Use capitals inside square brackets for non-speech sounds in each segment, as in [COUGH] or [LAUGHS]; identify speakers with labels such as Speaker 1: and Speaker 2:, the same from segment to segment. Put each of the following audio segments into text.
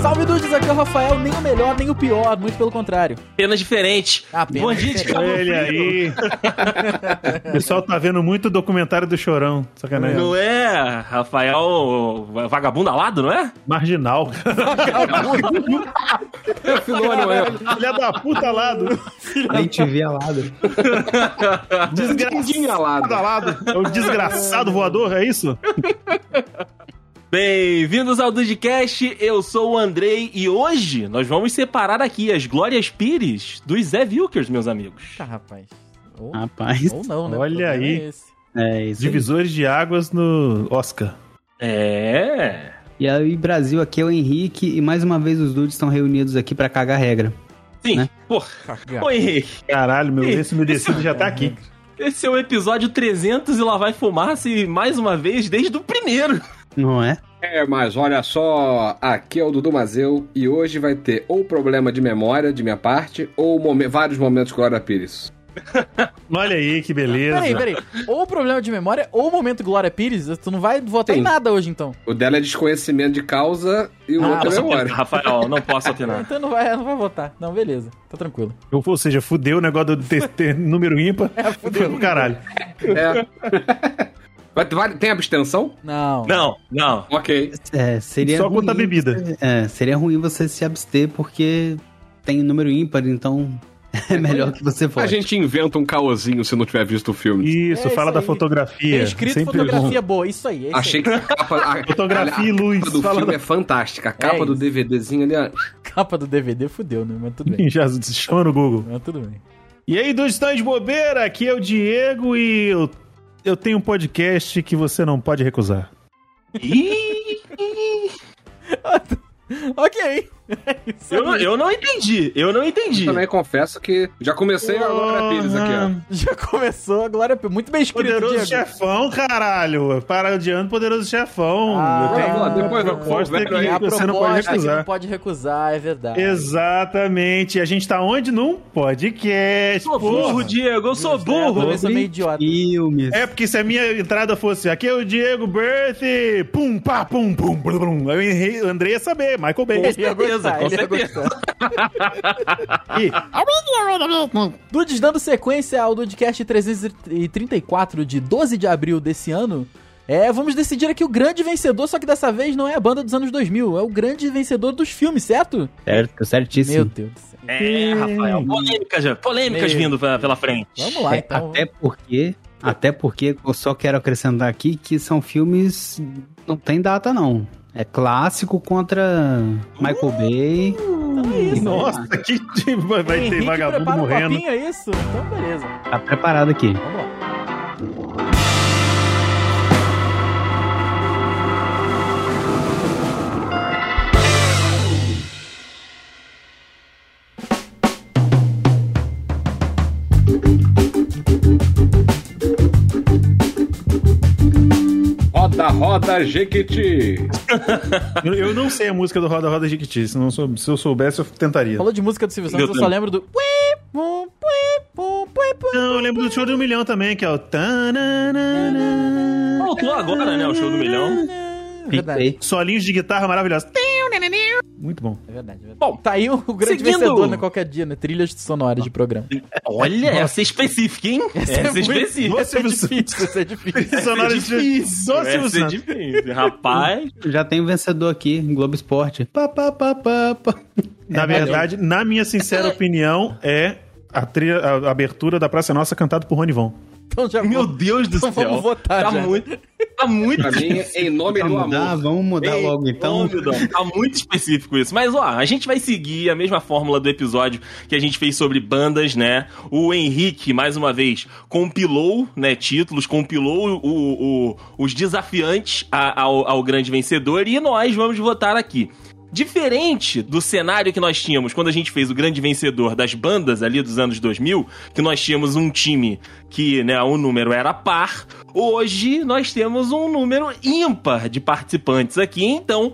Speaker 1: Salve Dudes, aqui é o Rafael, nem o melhor, nem o pior, muito pelo contrário.
Speaker 2: Pena diferente.
Speaker 1: Ah, pena
Speaker 2: Bom dia de
Speaker 1: diferente.
Speaker 2: cabelo
Speaker 3: Olha
Speaker 2: frio.
Speaker 3: aí. Tá O pessoal tá vendo muito documentário do Chorão. Sacanagem.
Speaker 2: Não é Rafael vagabundo alado, não é?
Speaker 3: Marginal.
Speaker 2: Filônio, eu.
Speaker 3: Filha da puta lado.
Speaker 4: Nem te vi alado.
Speaker 3: Desgraçado alado. É o desgraçado voador, é isso?
Speaker 2: Bem-vindos ao Dudcast, eu sou o Andrei e hoje nós vamos separar aqui as Glórias Pires dos Zé Vilkers, meus amigos.
Speaker 1: Tá, rapaz. Ou,
Speaker 4: Rapaz,
Speaker 1: ou não, né?
Speaker 3: Olha
Speaker 1: O problema
Speaker 3: aí.
Speaker 1: é esse.
Speaker 4: é isso. aí.
Speaker 3: Divisores de águas no Oscar.
Speaker 2: É.
Speaker 4: E aí, Brasil, aqui é o Henrique e mais uma vez os dudes estão reunidos aqui pra cagar regra.
Speaker 2: Sim,
Speaker 4: Né?
Speaker 2: pô. Ô, Henrique,
Speaker 3: Caralho, meu, esse umedecido já tá aqui.
Speaker 2: esse é o episódio 300 e lá vai fumaça e mais uma vez desde o primeiro.
Speaker 4: Não é?
Speaker 5: É, mas olha só, aqui é o Dudu Mazeu e hoje vai ter ou problema de memória de minha parte ou momen- vários momentos com Glória Pires.
Speaker 3: Olha aí, que beleza.
Speaker 1: Peraí, peraí. Ou problema de memória, ou momento Glória Pires, tu não vai votar em
Speaker 5: Sim.
Speaker 1: nada hoje, então.
Speaker 5: O dela é desconhecimento de causa e o
Speaker 1: Ah,
Speaker 5: outro é
Speaker 2: Posso opinar,
Speaker 3: tá
Speaker 5: memória.
Speaker 2: Rafael, não posso opinar.
Speaker 1: Então não vai, não vai votar. Não, beleza. Tá tranquilo.
Speaker 3: Ou, ou seja, fudeu o negócio do ter, ter número ímpar.
Speaker 1: É,
Speaker 3: Fudeu pro caralho.
Speaker 5: [LAUGHS] É. Mas vale- tem abstenção?
Speaker 1: Não.
Speaker 2: Não, não.
Speaker 5: Ok.
Speaker 4: É, seria
Speaker 3: Só
Speaker 4: ruim,
Speaker 1: um
Speaker 3: conta a bebida.
Speaker 4: É, seria ruim você se abster porque tem número ímpar, então [LAUGHS] é melhor que você
Speaker 5: A
Speaker 4: vote.
Speaker 5: gente inventa um caosinho se não tiver visto o filme.
Speaker 3: Isso,
Speaker 1: É
Speaker 3: fala
Speaker 1: isso
Speaker 3: da
Speaker 1: aí.
Speaker 3: fotografia.
Speaker 1: Tem escrito
Speaker 3: Sempre
Speaker 1: fotografia boa, isso aí. É isso
Speaker 5: Achei que a capa,
Speaker 3: [LAUGHS]
Speaker 5: a,
Speaker 3: Fotografia e
Speaker 5: a
Speaker 3: luz.
Speaker 5: capa do
Speaker 3: Fala
Speaker 5: filme
Speaker 3: da-
Speaker 5: é fantástica. A capa
Speaker 1: É
Speaker 5: do
Speaker 1: isso.
Speaker 5: DVDzinho ali, ó.
Speaker 1: aí. Capa do DVD fudeu, né? Mas tudo
Speaker 3: bom. [LAUGHS]
Speaker 1: bem.
Speaker 3: Já se chama no Google.
Speaker 1: Mas tudo bem.
Speaker 3: E aí, do Estão de Bobeira, aqui é o Diego e eu, eu tenho um podcast que você não pode recusar.
Speaker 2: Ih,
Speaker 1: Ok. É isso
Speaker 2: eu,
Speaker 1: aí.
Speaker 2: eu não entendi, eu não entendi.
Speaker 5: Também confesso que já comecei a Glória Pires aqui,
Speaker 3: Porra.
Speaker 1: Já começou a Glória Pires. Muito bem escrito, Diego.
Speaker 3: Poderoso Chefão, caralho. Parodiando Poderoso Chefão.
Speaker 1: Ah,
Speaker 3: eu tenho
Speaker 5: ó.
Speaker 3: uma
Speaker 5: Depois eu
Speaker 3: proposta
Speaker 5: converso aí.
Speaker 3: que
Speaker 1: a
Speaker 3: você não
Speaker 1: proposta
Speaker 3: pode
Speaker 1: que
Speaker 3: recusar.
Speaker 1: não pode recusar, é verdade.
Speaker 3: Exatamente. E a gente tá onde? Num podcast.
Speaker 2: Eu sou burro,
Speaker 3: porra.
Speaker 2: Diego, eu sou
Speaker 1: Eu
Speaker 2: burro.
Speaker 1: também sou meio idiota.
Speaker 4: Filmes.
Speaker 3: É porque se a minha entrada fosse aqui é o Diego Berthe, pum, pá, pum, pum, blum, blum. Eu errei, o André ia saber, Michael Bay.
Speaker 1: Ele ia gostar,
Speaker 2: com
Speaker 1: ele ia
Speaker 2: certeza.
Speaker 1: gostar.
Speaker 3: Ih,
Speaker 1: Dudes, dando sequência ao Dudcast 334 de 12 de abril desse ano, é, vamos decidir aqui o grande vencedor, só que dessa vez não é a banda dos anos 2000, é o grande vencedor dos filmes, certo?
Speaker 4: Certo,
Speaker 1: Meu
Speaker 4: certíssimo.
Speaker 1: Deus do céu.
Speaker 2: É, Rafael, polêmicas, já- polêmicas
Speaker 1: Meu.
Speaker 2: vindo pra- pela frente.
Speaker 1: Vamos lá,
Speaker 4: É,
Speaker 1: então.
Speaker 4: Até porque, até porque eu só quero acrescentar aqui que são filmes não tem data não. É clássico contra Michael Bay.
Speaker 1: Então é isso.
Speaker 3: nossa, que vai ter
Speaker 1: Henrique
Speaker 3: vagabundo
Speaker 1: prepara um
Speaker 3: morrendo.
Speaker 1: copinho, é isso? Então, beleza.
Speaker 4: Tá preparado aqui.
Speaker 1: Vamos lá.
Speaker 5: Roda, roda, Jequiti.
Speaker 3: Eu, eu não sei a música do Roda Roda Jiquiti. Se, não sou- se eu soubesse, eu tentaria.
Speaker 1: Falou de música do Silvio Santos, eu
Speaker 2: Eu
Speaker 1: só lembro do... Pui, pum, pui, pum, pui, pum.
Speaker 3: Não, eu lembro do show de um milhão também, que é o. tananana.
Speaker 2: Voltou agora, né? O show do milhão.
Speaker 1: É Verdade,
Speaker 3: Solinhos de guitarra maravilhosos. né, Muito bom.
Speaker 1: é verdade, é verdade.
Speaker 2: Bom,
Speaker 1: Tá aí o grande
Speaker 2: Seguindo-
Speaker 1: vencedor, né? Qualquer dia, né? Trilhas sonoras de programa.
Speaker 2: olha, essa é específica, hein? Essa é específica.
Speaker 1: Isso é
Speaker 3: Silvio
Speaker 1: difícil, isso é difícil.
Speaker 3: Sonora de só Silvio
Speaker 2: Essa é
Speaker 3: Santos.
Speaker 2: difícil. Rapaz,
Speaker 4: Já tem um vencedor aqui, Globo Esporte. Pá, pá, pá, pá, pá.
Speaker 3: Na verdade, na minha sincera opinião, é a, trilha- a- a abertura da Praça é Nossa cantada por Rony Von.
Speaker 1: [LAUGHS] Então já
Speaker 2: meu Deus do
Speaker 1: Então
Speaker 2: céu.
Speaker 1: vamos votar
Speaker 2: Tá
Speaker 1: já.
Speaker 2: muito. Tá muito.
Speaker 4: [LAUGHS]
Speaker 5: Pra mim, é em nome
Speaker 4: Vamos
Speaker 5: do
Speaker 4: mudar,
Speaker 5: amor.
Speaker 4: vamos mudar
Speaker 2: Ei,
Speaker 4: logo então.
Speaker 2: Ô, Mildão, Tá muito específico isso. Mas, ó, a gente vai seguir a mesma fórmula do episódio que a gente fez sobre bandas, né? O Henrique, mais uma vez, compilou, né, títulos, compilou o- o- os desafiantes a- ao, ao grande vencedor e nós vamos votar aqui. Diferente do cenário que nós tínhamos quando a gente fez o grande vencedor das bandas ali dos anos 2000, que nós tínhamos um time que né, o número era par, hoje nós temos um número ímpar de participantes aqui, então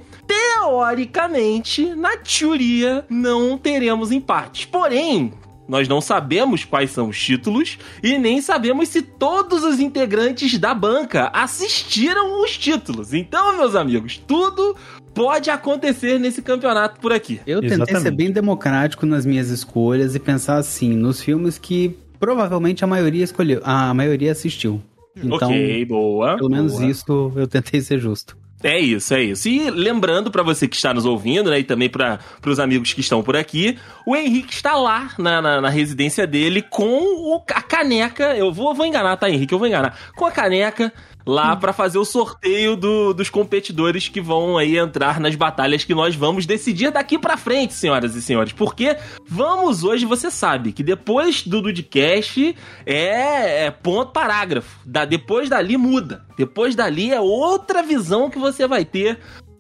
Speaker 2: teoricamente, na teoria, não teremos empate. Porém, nós não sabemos quais são os títulos e nem sabemos se todos os integrantes da banca assistiram os títulos. Então, meus amigos, tudo pode acontecer nesse campeonato por aqui.
Speaker 4: Eu tentei
Speaker 3: Exatamente.
Speaker 4: ser bem democrático nas minhas escolhas e pensar assim, nos filmes que provavelmente a maioria escolheu, a maioria assistiu. Então,
Speaker 2: ok, boa.
Speaker 4: pelo menos
Speaker 2: boa.
Speaker 4: isso eu tentei ser justo.
Speaker 2: É isso, é isso. E lembrando pra você que está nos ouvindo, né, e também para os amigos que estão por aqui, o Henrique está lá na, na, na residência dele com o- a caneca. Eu vou, vou enganar, tá, Henrique? Eu vou enganar. Com a caneca lá pra fazer o sorteio do- dos competidores que vão aí entrar nas batalhas que nós vamos decidir daqui pra frente, senhoras e senhores. Porque vamos hoje, você sabe, que depois do Dudcast é, é ponto parágrafo. Da, depois dali muda. Depois dali é outra visão que você vai ter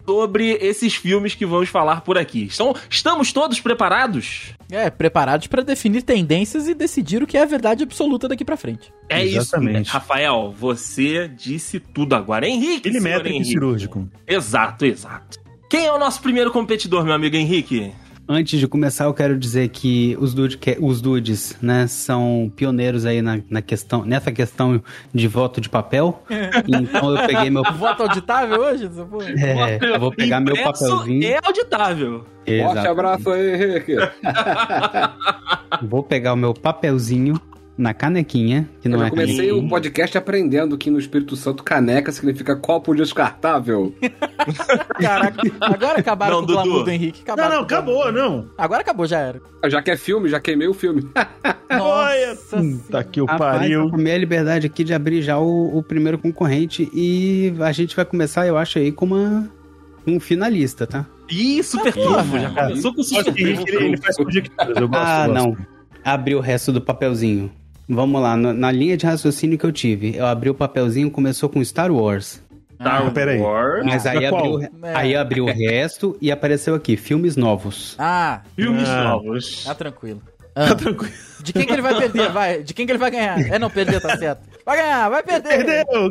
Speaker 2: sobre esses filmes que vamos falar por aqui. Estão, estamos todos preparados?
Speaker 1: É, preparados pra definir tendências e decidir o que é a verdade absoluta daqui pra frente.
Speaker 2: É
Speaker 3: Exatamente.
Speaker 2: isso, né? Rafael. Você disse tudo agora, Henrique. senhor
Speaker 3: Milimétrico é e
Speaker 2: Henrique.
Speaker 3: cirúrgico.
Speaker 2: Exato, exato. Quem é o nosso primeiro competidor, meu amigo Henrique?
Speaker 4: Antes de começar, eu quero dizer que os, dude, que- os dudes, né, são pioneiros aí na, na questão, nessa questão de voto de papel. Então eu peguei meu.
Speaker 1: Voto auditável hoje? essa porra?
Speaker 4: É, eu vou pegar meu
Speaker 2: Impresso
Speaker 4: papelzinho.
Speaker 2: É auditável.
Speaker 5: Forte
Speaker 4: Exato.
Speaker 5: abraço aí, Henrique.
Speaker 4: Vou pegar o meu papelzinho na canequinha, que não
Speaker 5: eu
Speaker 4: é
Speaker 5: já comecei
Speaker 4: canequinha.
Speaker 5: o podcast aprendendo que no Espírito Santo caneca significa copo descartável.
Speaker 1: Caraca, agora acabaram
Speaker 2: Não,
Speaker 1: com o glamour
Speaker 2: Dudu.
Speaker 1: do Henrique.
Speaker 3: Não,
Speaker 1: Acabaram
Speaker 3: não,
Speaker 1: com o glamour.
Speaker 3: acabou, né? não.
Speaker 1: Agora acabou, já era.
Speaker 5: Já que é filme, já queimei o filme. [LAUGHS]
Speaker 1: Nossa
Speaker 3: Tá
Speaker 1: senhora.
Speaker 3: que o
Speaker 4: Rapaz,
Speaker 3: pariu.
Speaker 4: eu tomei a liberdade aqui de abrir já o, o primeiro concorrente e a gente vai começar, eu acho, aí com uma, um finalista, tá?
Speaker 2: Ih, super
Speaker 1: porra,
Speaker 2: trunfo. Já
Speaker 3: cara.
Speaker 2: começou com
Speaker 3: Gosto
Speaker 2: super
Speaker 3: que ele, ele
Speaker 2: trunfo.
Speaker 3: faz conjecturas, eu gosto.
Speaker 4: ah,
Speaker 3: eu gosto.
Speaker 4: não. Abri o resto do papelzinho. Vamos lá, na, na linha de raciocínio que eu tive, eu abri o papelzinho, começou com Star Wars.
Speaker 2: tá.
Speaker 3: Ah, peraí.
Speaker 2: Wars.
Speaker 4: Mas aí
Speaker 3: Mas
Speaker 4: abriu,
Speaker 3: qual?
Speaker 4: o re- aí abriu o resto e apareceu aqui, filmes novos.
Speaker 1: Ah,
Speaker 2: Filmes
Speaker 3: Ah.
Speaker 2: novos.
Speaker 1: tá tranquilo. Ah. De quem que ele vai perder? Vai. De quem que ele vai ganhar? É, não, perder, tá certo. Vai ganhar, vai perder.
Speaker 3: Perdeu,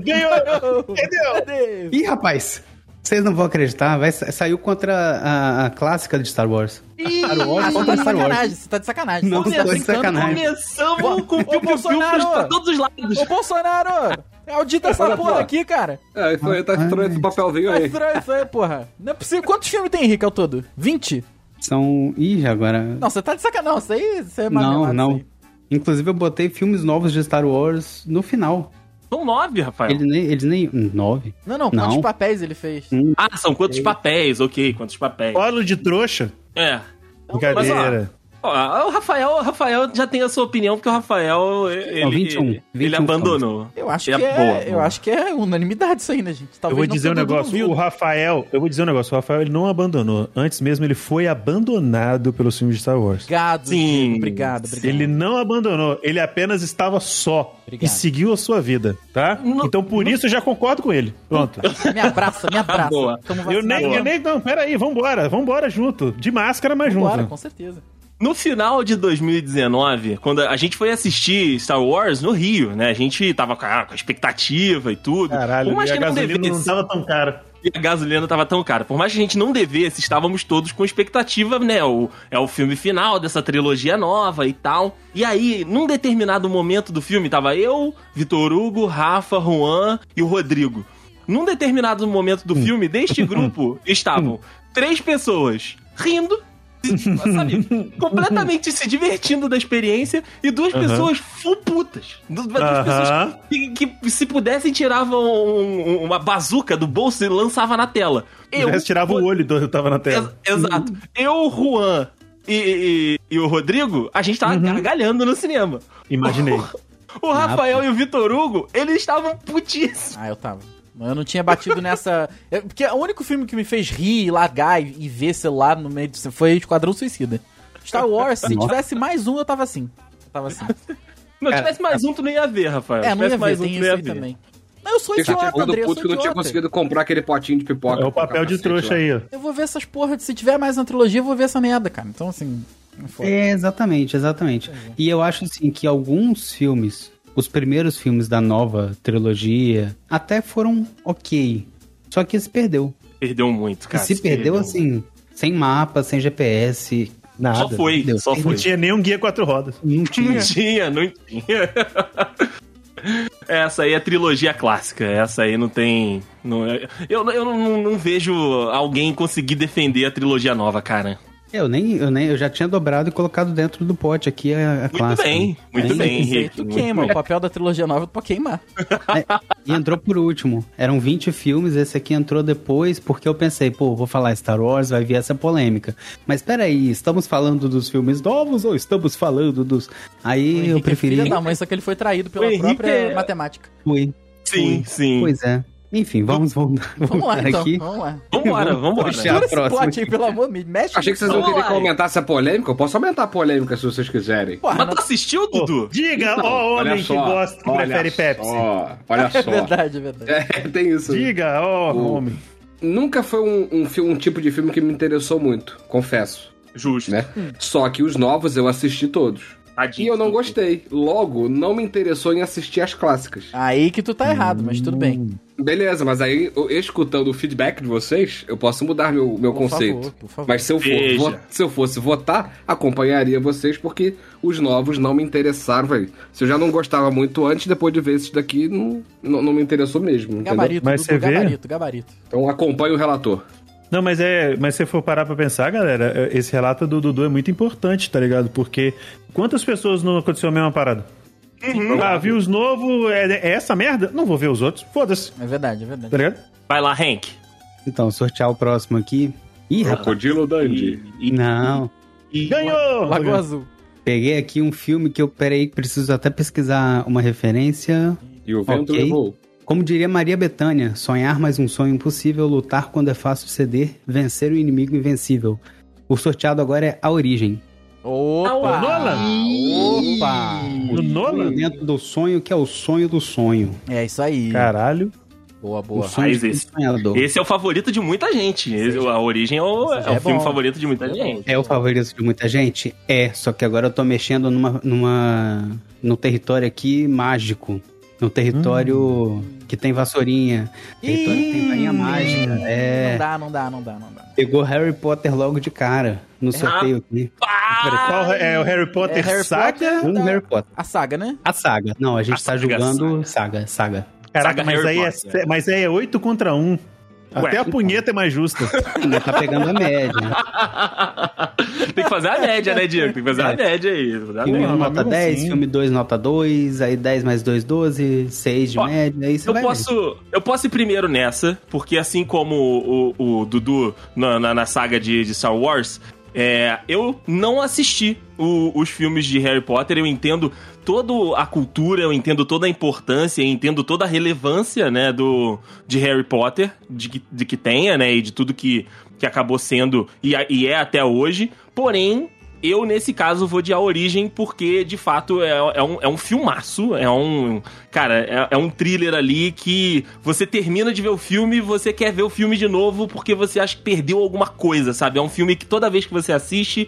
Speaker 1: [LAUGHS]
Speaker 3: ganhou.
Speaker 1: Perdeu. Perdeu.
Speaker 4: Ih, rapaz! Vocês não vão acreditar, vai, sa- saiu contra a, a clássica de Star Wars. Star
Speaker 1: Ah,
Speaker 4: Wars
Speaker 1: você tá de
Speaker 4: Star Wars.
Speaker 1: sacanagem, você tá de sacanagem.
Speaker 4: Não,
Speaker 1: você
Speaker 4: tô
Speaker 1: tá
Speaker 4: de
Speaker 1: brincando
Speaker 4: sacanagem.
Speaker 2: Começamos com o
Speaker 1: Ô, Bolsonaro!
Speaker 2: pra todos os lados.
Speaker 1: Ô, Bolsonaro! Audita essa
Speaker 5: Olha,
Speaker 1: porra
Speaker 5: porra.
Speaker 1: aqui, cara.
Speaker 5: É, isso aí, tá estranho esse papelzinho
Speaker 1: Tá
Speaker 5: aí.
Speaker 1: estranho isso aí, porra. Não é possível. Quantos filmes tem, Henrique, ao todo? 20?
Speaker 4: São. Ih, agora.
Speaker 1: Não, você tá de sacanagem. Não, Isso aí isso aí é
Speaker 4: Não,
Speaker 1: marmelada,
Speaker 4: não.
Speaker 1: isso aí.
Speaker 4: Inclusive, eu botei filmes novos de Star Wars no final.
Speaker 2: São nove, Rafael.
Speaker 4: Eles nem. Eles nem hum, nove?
Speaker 1: Não, não. Quantos
Speaker 4: Não. Hum.
Speaker 1: papéis ele fez?
Speaker 2: Ah, são quantos papéis? Ok, quantos papéis.
Speaker 3: Colo de trouxa.
Speaker 2: É.
Speaker 3: Brincadeira.
Speaker 2: Ó, o Rafael, o Rafael já tem a sua opinião, porque o Rafael. Ele,
Speaker 4: 21,
Speaker 2: ele,
Speaker 4: 21
Speaker 2: abandonou.
Speaker 1: Eu acho,
Speaker 2: É
Speaker 1: que é,
Speaker 2: boa,
Speaker 1: eu
Speaker 2: boa.
Speaker 1: acho que é unanimidade isso aí, né, gente? Talvez
Speaker 3: Eu vou
Speaker 1: não
Speaker 3: dizer um
Speaker 1: todo mundo
Speaker 3: negócio.
Speaker 1: viu.
Speaker 3: O Rafael, eu vou dizer um negócio. O Rafael ele não abandonou. Antes mesmo, ele foi abandonado pelos filmes de Star Wars.
Speaker 1: Obrigado,
Speaker 2: Sim.
Speaker 1: Diego, Obrigado, obrigado.
Speaker 3: Ele não abandonou, ele apenas estava só
Speaker 1: Obrigado.
Speaker 3: e seguiu a sua vida, tá?
Speaker 2: Não-
Speaker 3: então por isso eu já concordo com ele. Pronto.
Speaker 1: Me abraça, me abraça.
Speaker 2: Boa.
Speaker 1: Tamo
Speaker 3: Eu
Speaker 1: vacinado.
Speaker 3: nem, eu nem, não, peraí, vambora, vambora junto. De máscara, mas
Speaker 1: Bora,
Speaker 3: tá junto.
Speaker 1: com certeza.
Speaker 2: No final de 2019, quando a gente foi assistir Star Wars no Rio, né? A gente tava com a, com a expectativa e tudo.
Speaker 3: Caralho,
Speaker 2: Por mais
Speaker 3: e a
Speaker 2: que não
Speaker 3: gasolina não,
Speaker 2: devesse.
Speaker 3: estava tão cara.
Speaker 2: E a gasolina tava tão cara. Por mais que a gente não devesse, estávamos todos com expectativa, né? O, é o filme final dessa trilogia nova e tal. E aí, num determinado momento do filme, tava eu, Vitor Hugo, Rafa, Juan e o Rodrigo. Num determinado momento do filme, deste grupo, estavam três pessoas rindo. se- Sabe, completamente se divertindo da experiência e duas pessoas full putas. Du- Duas pessoas
Speaker 3: Aham.
Speaker 2: que, que se pudessem tiravam um- um- uma bazuca do bolso e lançava na tela.
Speaker 3: Eu
Speaker 2: Eu
Speaker 3: tirava o olho do eu tava na tela. Uhum.
Speaker 2: Ex- exato. Eu, Juan e, e- e o Rodrigo, a gente tava
Speaker 3: Uhum.
Speaker 2: gargalhando no cinema.
Speaker 3: Imaginei.
Speaker 2: O Rafael e o Vitor Hugo, eles estavam putíssimos.
Speaker 1: Ah, eu tava. Eu não tinha batido nessa. [LAUGHS] é, Porque o único filme que me fez rir, largar e, e ver celular no meio do... foi Esquadrão Suicida. Star Wars, se
Speaker 4: Nossa.
Speaker 1: tivesse mais um, eu tava assim. Eu tava assim.
Speaker 2: Não, tivesse mais um, tu não ia ver, Rafael.
Speaker 1: É, não
Speaker 2: tivesse
Speaker 1: ia ver,
Speaker 2: mais um,
Speaker 1: tem
Speaker 2: tu
Speaker 1: isso aí também. Não, eu sou
Speaker 5: Fiquei
Speaker 1: idiota,
Speaker 5: todo
Speaker 1: André, eu sou
Speaker 5: puto que eu não tinha
Speaker 1: idiota.
Speaker 5: conseguido comprar aquele potinho de pipoca.
Speaker 3: É o papel de trouxa aí, ó.
Speaker 1: Eu vou ver essas porra, de- se tiver mais na trilogia, eu vou ver essa merda, cara. Então, assim, não foda.
Speaker 4: É, exatamente, exatamente. E eu acho assim que alguns filmes, os primeiros filmes da nova trilogia, até foram ok. Só que esse perdeu.
Speaker 2: Perdeu muito, cara.
Speaker 4: se perdeu
Speaker 2: muito.
Speaker 4: assim, sem mapa, sem GPS, nada.
Speaker 2: Só foi,
Speaker 4: Entendeu?
Speaker 2: só
Speaker 3: Não
Speaker 2: foi.
Speaker 3: tinha nem um guia quatro rodas.
Speaker 4: Não
Speaker 2: Não
Speaker 4: tinha.
Speaker 2: tinha, não tinha. Essa aí é trilogia clássica. Essa aí não tem. não- eu eu não, não vejo alguém conseguir defender a trilogia nova, cara.
Speaker 4: Eu nem, eu nem, eu já tinha dobrado e colocado dentro do pote aqui a, a
Speaker 2: Muito
Speaker 4: clássica. né?
Speaker 2: bem, muito
Speaker 5: É,
Speaker 4: Aí-
Speaker 2: bem,
Speaker 1: Isso aí
Speaker 2: Henrique.
Speaker 1: tu
Speaker 2: muito
Speaker 1: queima.
Speaker 2: bem.
Speaker 1: O papel da trilogia nova é pra queimar.
Speaker 4: E entrou por último. Eram 20 filmes, esse aqui entrou depois, porque eu pensei, pô, vou falar Star Wars, vai vir essa polêmica. Mas peraí, estamos falando dos filmes novos ou estamos falando dos.
Speaker 1: O
Speaker 4: Aí
Speaker 1: Henrique
Speaker 4: eu
Speaker 1: é
Speaker 4: preferi.
Speaker 1: Filha da mãe, só que ele foi traído pela
Speaker 2: O Henrique
Speaker 1: própria
Speaker 2: é-
Speaker 1: matemática.
Speaker 4: Fui.
Speaker 2: Sim,
Speaker 4: Fui.
Speaker 2: sim.
Speaker 4: Pois é. Enfim, vamos voltar,
Speaker 1: Vamos lá,
Speaker 4: voltar
Speaker 1: então.
Speaker 4: aqui.
Speaker 1: Vamos lá.
Speaker 2: Vambora, vambora.
Speaker 4: puxar.
Speaker 1: Segura
Speaker 4: a
Speaker 1: esse
Speaker 4: próxima.
Speaker 1: pote aí, pelo amor, me mexe.
Speaker 5: é Achei que vocês vão
Speaker 2: Vamos
Speaker 5: querer
Speaker 2: lá.
Speaker 5: que eu aumentasse a polêmica. Eu posso aumentar a polêmica se vocês quiserem.
Speaker 1: Porra,
Speaker 2: Mas
Speaker 1: não-
Speaker 2: tu assistiu,
Speaker 3: Pô,
Speaker 2: Dudu?
Speaker 3: diga, ó
Speaker 5: Então, olha
Speaker 3: homem que
Speaker 5: só,
Speaker 3: gosta, que
Speaker 5: olha
Speaker 3: prefere
Speaker 5: só,
Speaker 3: Pepsi.
Speaker 4: [LAUGHS]
Speaker 5: Olha
Speaker 1: [LAUGHS] é
Speaker 5: só.
Speaker 1: verdade, é verdade.
Speaker 5: É, tem isso.
Speaker 3: Diga, ó
Speaker 5: O-
Speaker 3: homem.
Speaker 5: Nunca foi um, um fi- um tipo de filme que me interessou muito, confesso.
Speaker 2: Justo.
Speaker 5: Né?
Speaker 1: Hum.
Speaker 5: Só que os novos eu assisti todos. E
Speaker 2: Tadinho.
Speaker 5: eu não gostei. Logo, não me interessou em assistir as clássicas.
Speaker 1: Aí que tu tá errado, mas tudo bem.
Speaker 5: Beleza, mas aí, eu- escutando o feedback de vocês, eu posso mudar meu, meu
Speaker 1: Por
Speaker 5: conceito.
Speaker 1: favor, por favor.
Speaker 5: Mas se eu, for,
Speaker 2: Veja.
Speaker 5: vo- se eu fosse votar, acompanharia vocês, porque os novos não me interessaram, velho. Se eu já não gostava muito antes, depois de ver esses daqui, não, não, não me interessou mesmo, entendeu?
Speaker 1: Gabarito,
Speaker 3: Mas
Speaker 1: Dudu,
Speaker 3: você vê?
Speaker 1: gabarito, gabarito.
Speaker 5: Então acompanha o relator.
Speaker 3: Não, mas é. Mas se for parar pra pensar, galera, esse relato do Dudu é muito importante, tá ligado? Porque quantas pessoas não aconteceu a mesma parada?
Speaker 5: Hum.
Speaker 3: Ah, vi os novos, é, é essa merda? Não vou ver os outros, foda-se,
Speaker 1: É verdade, é
Speaker 3: tá
Speaker 1: verdade.
Speaker 3: ligado?
Speaker 2: Vai lá, Hank.
Speaker 4: Então, sortear o próximo aqui. Ih, rapaz.
Speaker 5: Crocodilo Dandy.
Speaker 2: E- e-
Speaker 4: Não.
Speaker 2: e-
Speaker 3: Ganhou!
Speaker 1: Lagoa Azul.
Speaker 4: Peguei aqui um filme que eu, peraí, preciso até pesquisar uma referência.
Speaker 5: E o vento
Speaker 4: Ok.
Speaker 5: levou.
Speaker 4: Como diria Maria Bethânia, sonhar mais um sonho impossível, lutar quando é fácil ceder, vencer o inimigo invencível. O sorteado agora é A Origem.
Speaker 3: O
Speaker 1: Opa!
Speaker 3: Nolan?
Speaker 4: Opa!
Speaker 3: O Nolan?
Speaker 4: Dentro do sonho que é o sonho do sonho.
Speaker 1: É isso aí.
Speaker 3: Caralho.
Speaker 1: Boa,
Speaker 4: O
Speaker 1: boa.
Speaker 4: sonho
Speaker 2: mas
Speaker 4: do
Speaker 2: esse-
Speaker 4: sonhador.
Speaker 2: Esse é o favorito de muita gente. Esse- a Origem é o,
Speaker 1: Esse
Speaker 2: é o
Speaker 1: é
Speaker 2: filme
Speaker 1: bom.
Speaker 2: favorito de muita
Speaker 1: É
Speaker 2: gente.
Speaker 4: É o favorito de muita gente? É, só que agora eu tô mexendo numa, numa num território aqui mágico. Num território que tem vassourinha. Território que tem varinha
Speaker 1: Hum. Ih,
Speaker 4: mágica. É.
Speaker 1: Não dá, não dá, não dá, não dá.
Speaker 4: Pegou Harry Potter logo de cara no sorteio aqui.
Speaker 3: Qual
Speaker 2: Ah,
Speaker 3: é o Harry Potter
Speaker 1: É Harry
Speaker 3: saga?
Speaker 1: Potter,
Speaker 4: Um
Speaker 1: da-
Speaker 4: Harry Potter.
Speaker 1: A saga, né?
Speaker 4: A saga. Não, a gente
Speaker 2: A
Speaker 4: tá
Speaker 2: saga,
Speaker 4: julgando saga, saga.
Speaker 3: Caraca,
Speaker 2: Saga
Speaker 3: mas
Speaker 2: Harry
Speaker 3: aí, é,
Speaker 2: Potter.
Speaker 3: se- mas aí é 8 contra 1. Até a
Speaker 2: então.
Speaker 3: punheta é mais justa.
Speaker 4: Ainda tá pegando a média.
Speaker 2: [LAUGHS] Tem que fazer a média, né, Diego? Tem que fazer a
Speaker 4: É.
Speaker 2: média aí. fazer a
Speaker 4: Filme
Speaker 2: média.
Speaker 3: mas
Speaker 4: 1 nota
Speaker 3: mesmo
Speaker 4: 10,
Speaker 3: assim.
Speaker 4: filme 2 nota 2, aí 10 mais 2, 12, 6 de
Speaker 2: Ó,
Speaker 4: média, aí você
Speaker 2: Eu
Speaker 4: vai ver.
Speaker 2: posso, eu posso ir primeiro nessa, porque assim como o, o- o Dudu na, na- na saga de, de Star Wars, é, eu não assisti o- os filmes de Harry Potter. Eu entendo toda a cultura, eu entendo toda a importância, eu entendo toda a relevância né, do, de Harry Potter, de, que- de que tenha, né, e de tudo que, que acabou sendo e, a- e é até hoje. Porém, eu, nesse caso, vou de A Origem, porque, de fato, é, é um, é um filmaço. É um. Cara, é, é um thriller ali que você termina de ver o filme e você quer ver o filme de novo porque você acha que perdeu alguma coisa, sabe? É um filme que toda vez que você assiste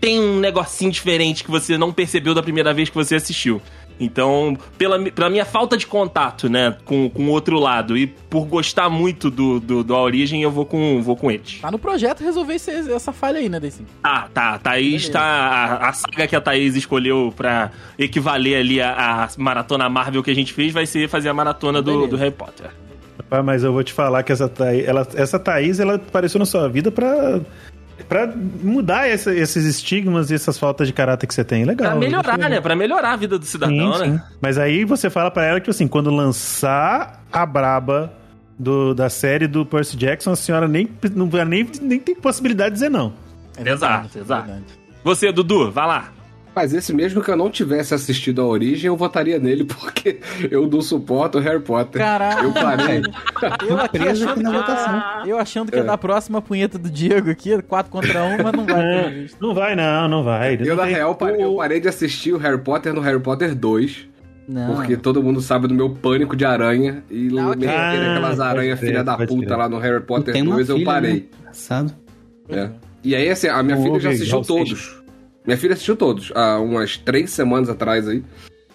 Speaker 2: tem um negocinho diferente que você não percebeu da primeira vez que você assistiu. Então, pela, mi- pela minha falta de contato, né, com, com o outro lado e por gostar muito do, do, do A Origem, eu vou com, vou com eles.
Speaker 1: Tá no projeto resolver esse- essa falha aí, né, Deicin?
Speaker 2: Tá, tá. Thaís
Speaker 1: Beleza.
Speaker 2: tá. A, a saga que a Thaís escolheu pra equivaler ali a, a maratona Marvel que a gente fez vai ser fazer a maratona do,
Speaker 1: Beleza.
Speaker 2: do Harry Potter.
Speaker 3: Rapaz, mas eu vou te falar que essa Thaís, ela, essa Thaís, ela apareceu na sua vida pra, pra mudar essa- esses estigmas e essas faltas de caráter que você tem. Legal.
Speaker 2: Pra melhorar, né? Pra melhorar a vida do cidadão,
Speaker 3: Sim, sim.
Speaker 2: né?
Speaker 3: Mas aí você fala pra ela que, assim, quando lançar a braba do- da série do Percy Jackson, a senhora nem, não, vai nem, nem tem possibilidade de dizer não.
Speaker 1: É
Speaker 2: Exato,
Speaker 1: verdade,
Speaker 2: exato.
Speaker 1: verdade.
Speaker 2: Você, Dudu, vai lá.
Speaker 5: Mas esse mesmo que eu não tivesse assistido a origem, eu votaria nele, [LAUGHS] porque eu não suporto Harry Potter.
Speaker 1: Caralho.
Speaker 5: Eu parei.
Speaker 1: Eu aqui
Speaker 4: Preso
Speaker 1: achando,
Speaker 4: aqui na votação.
Speaker 1: eu achando
Speaker 2: É.
Speaker 1: que ia dar a próxima punheta do Diego aqui, 4 contra 1, mas não vai
Speaker 2: É.
Speaker 1: ter visto.
Speaker 3: Não vai, não, não vai.
Speaker 5: Eu, na
Speaker 3: Não tem-
Speaker 5: real, parei, eu parei de assistir o Harry Potter no Harry Potter 2,
Speaker 1: Não.
Speaker 5: porque todo mundo sabe do meu pânico de aranha. E
Speaker 1: Ah. Não,
Speaker 5: meter
Speaker 1: ok.
Speaker 5: aquelas
Speaker 3: Ah,
Speaker 5: aranhas
Speaker 3: pode
Speaker 5: filha
Speaker 3: crer,
Speaker 5: da
Speaker 3: pode
Speaker 5: puta
Speaker 3: crer.
Speaker 5: lá no Harry Potter 2, eu
Speaker 4: filha,
Speaker 5: parei.
Speaker 4: né? Engraçado.
Speaker 1: Uhum.
Speaker 5: É. E aí, assim, a minha
Speaker 3: Não
Speaker 5: filha já
Speaker 3: houve
Speaker 5: assistiu
Speaker 3: igual
Speaker 5: todos. Minha filha assistiu todos. Há umas três semanas atrás aí.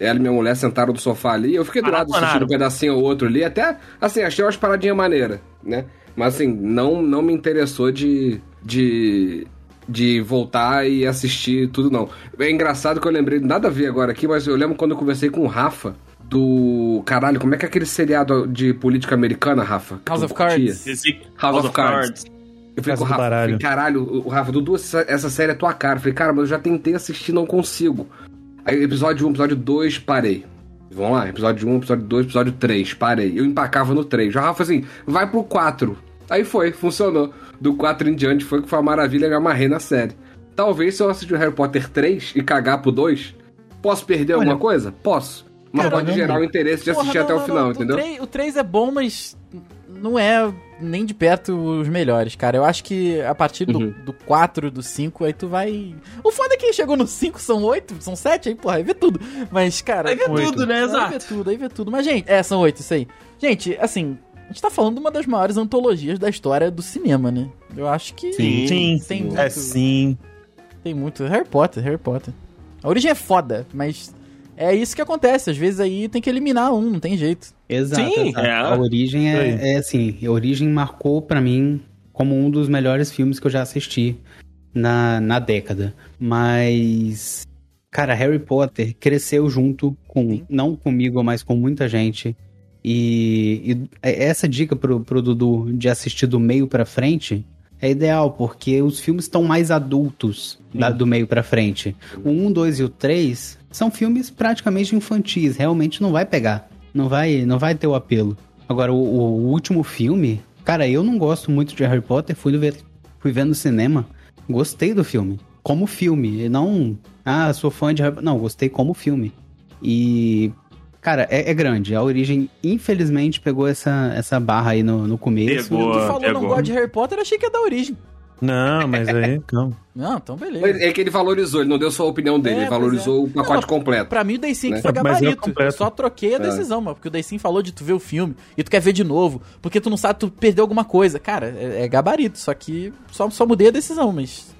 Speaker 5: Ela e minha mulher sentaram no sofá ali. Eu fiquei do lado
Speaker 2: Maratonaram.
Speaker 5: assistindo um pedacinho ou outro ali. Até, assim, achei umas paradinhas maneiras, né? Mas assim, não, não me interessou de, de, de voltar e assistir tudo, não. É engraçado que eu lembrei, nada a ver agora aqui, mas eu lembro quando eu conversei com o Rafa do. Caralho, como é que é aquele seriado de política americana, Rafa?
Speaker 1: House
Speaker 5: Que
Speaker 1: of
Speaker 5: eu curtia?
Speaker 1: Cards.
Speaker 2: Esse-
Speaker 5: House of Cards. Eu
Speaker 3: Casa
Speaker 5: falei com o
Speaker 3: do
Speaker 5: Rafa,
Speaker 3: Baralho.
Speaker 5: falei, caralho, o Rafa, Dudu, essa, essa série é tua cara. Eu falei, cara, mas eu já tentei assistir, não consigo. Aí episódio 1, episódio 2, parei. Vamos lá, episódio 1, episódio 2, episódio 3, parei. Eu empacava no 3. O Rafa assim, vai pro 4. Aí foi, funcionou. Do 4 em diante foi que foi uma maravilha, me amarrei na série. Talvez se eu assistir o Harry Potter 3 e cagar pro 2, posso perder alguma coisa? Posso. Mas
Speaker 1: Cara,
Speaker 5: pode gerar o interesse de
Speaker 1: Porra,
Speaker 5: assistir
Speaker 1: não,
Speaker 5: até
Speaker 1: não,
Speaker 5: o
Speaker 1: não.
Speaker 5: final, entendeu?
Speaker 1: O 3, é bom, mas não é nem de perto os melhores, cara. Eu acho que a partir do,
Speaker 5: Uhum.
Speaker 1: do 4, do 5, aí tu vai. O foda é que chegou no 5, são 8, são 7, aí, porra, aí vê tudo. Mas, cara.
Speaker 2: Aí vê
Speaker 3: Oito.
Speaker 2: tudo, né?
Speaker 1: Aí
Speaker 2: Exato.
Speaker 1: vê tudo, aí vê tudo. Mas, gente, é, são 8, isso aí. Gente, assim, a gente tá falando de uma das maiores antologias da história do cinema, né? Eu acho que.
Speaker 2: Sim.
Speaker 3: Sim.
Speaker 1: Tem muito.
Speaker 3: É sim.
Speaker 1: Tem muito. Harry Potter, Harry Potter. A origem é foda, mas é isso que acontece. Às vezes aí tem que eliminar um, não tem jeito.
Speaker 4: Exato.
Speaker 2: Sim,
Speaker 4: exato.
Speaker 2: é.
Speaker 4: A Origem é, é assim, a Origem marcou pra mim como um dos melhores filmes que eu já assisti na, na década. Mas, cara, Harry Potter cresceu junto com,
Speaker 1: Sim.
Speaker 4: não comigo, mas com muita gente. E, e essa dica pro, pro Dudu de assistir do meio pra frente é ideal, porque os filmes estão mais adultos da- do meio pra frente. O 1, 2 e o 3 são filmes praticamente infantis, realmente não vai pegar. Não vai, não vai ter o apelo. Agora, o, o último filme, cara, eu não gosto muito de Harry Potter, fui ver, fui ver no cinema, gostei do filme. Como filme, e não, ah, sou fã de Harry Potter. Não, gostei como filme. E, cara, é, é grande. A origem, infelizmente, pegou essa, essa barra aí no, no começo.
Speaker 2: Pegou. Pô,
Speaker 1: tu
Speaker 3: é
Speaker 1: falou não
Speaker 2: pegou.
Speaker 1: gosta de Harry Potter, achei que é da origem.
Speaker 3: Não, mas aí, não.
Speaker 1: Não, então beleza.
Speaker 5: É que ele valorizou, ele não deu só a opinião dele,
Speaker 1: É,
Speaker 5: ele valorizou o pacote
Speaker 1: Não,
Speaker 5: completo.
Speaker 1: Pra mim o Day 5
Speaker 5: Né?
Speaker 1: foi
Speaker 3: Mas eu
Speaker 1: gabarito.
Speaker 3: completo.
Speaker 1: só troquei
Speaker 4: É.
Speaker 1: a decisão, mano. Porque o Day 5 falou de tu ver o filme e tu quer ver de novo. Porque tu não sabe, tu perdeu alguma coisa. Cara, é, é gabarito. Só que só, só mudei a decisão, mas.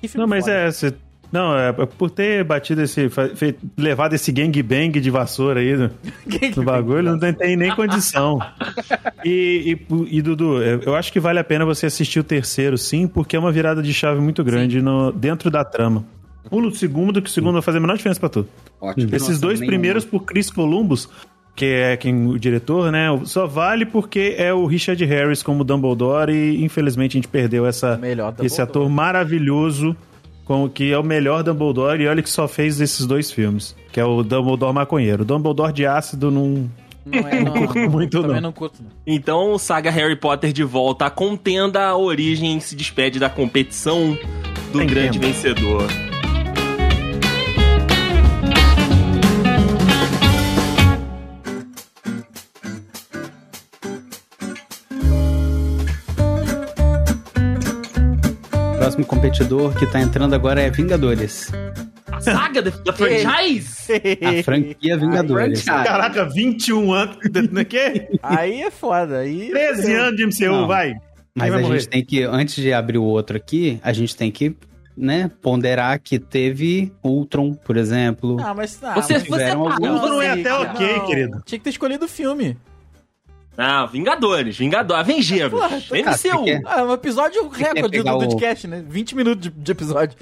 Speaker 1: Que filme
Speaker 3: Não, mas
Speaker 1: foda.
Speaker 3: é. se- não, é por ter batido esse. fe- fe- levado esse gangbang de vassoura aí no,
Speaker 1: [LAUGHS] Gangbang
Speaker 3: no é bagulho, não tem nem condição. E, e- e, Dudu, é, eu eu acho que vale a pena você assistir o terceiro, sim, porque é uma virada de chave muito grande no, dentro da trama. Pula o segundo, que o segundo vai fazer a menor diferença pra tu.
Speaker 5: Ótimo.
Speaker 3: Esses dois
Speaker 4: nenhuma.
Speaker 3: primeiros por Chris Columbus, que é quem o diretor, né? Só vale porque é o Richard Harris como Dumbledore e infelizmente a gente perdeu essa
Speaker 1: Melhor tá
Speaker 3: esse
Speaker 1: Dumbledore.
Speaker 3: ator maravilhoso com o que é o melhor Dumbledore e olha que só fez esses dois filmes, que é o Dumbledore maconheiro. Dumbledore de ácido num
Speaker 1: Não é, não.
Speaker 3: Muito
Speaker 1: também
Speaker 3: não.
Speaker 1: não curto, não.
Speaker 2: Então, saga Harry Potter de volta à contenda, a origem se despede da competição do
Speaker 3: Tem
Speaker 2: grande
Speaker 3: tempo.
Speaker 2: vencedor.
Speaker 4: O próximo competidor que tá entrando agora é Vingadores.
Speaker 2: A saga da, [LAUGHS] da franchise?
Speaker 4: [LAUGHS] A franquia Vingadores.
Speaker 3: Caraca, 21 anos, [LAUGHS] né, que?
Speaker 1: Aí é foda. Aí.
Speaker 3: 13 anos de MCU,
Speaker 4: Não.
Speaker 3: vai. Quem
Speaker 4: Mas
Speaker 3: vai
Speaker 4: a
Speaker 3: morrer?
Speaker 4: gente tem que, antes de abrir o outro aqui, a gente tem que, né, ponderar que teve Ultron, por exemplo.
Speaker 1: Ah, mas. Ah,
Speaker 2: Você, tá
Speaker 1: mas-
Speaker 2: você
Speaker 4: tiveram
Speaker 2: parou,
Speaker 4: alguns,
Speaker 3: Ultron
Speaker 2: você-
Speaker 3: é até é ok,
Speaker 1: Não,
Speaker 3: querido.
Speaker 1: Tinha que ter escolhido o filme.
Speaker 2: Ah, Vingadores, Vingadores,
Speaker 3: é
Speaker 2: Avengeiros,
Speaker 1: Porra, tô-
Speaker 4: Ah, você
Speaker 2: MCU.
Speaker 4: quer-
Speaker 1: Ah, é um episódio recorde
Speaker 4: pegar
Speaker 1: do
Speaker 4: o-
Speaker 1: podcast, né? 20 minutos de, de episódio.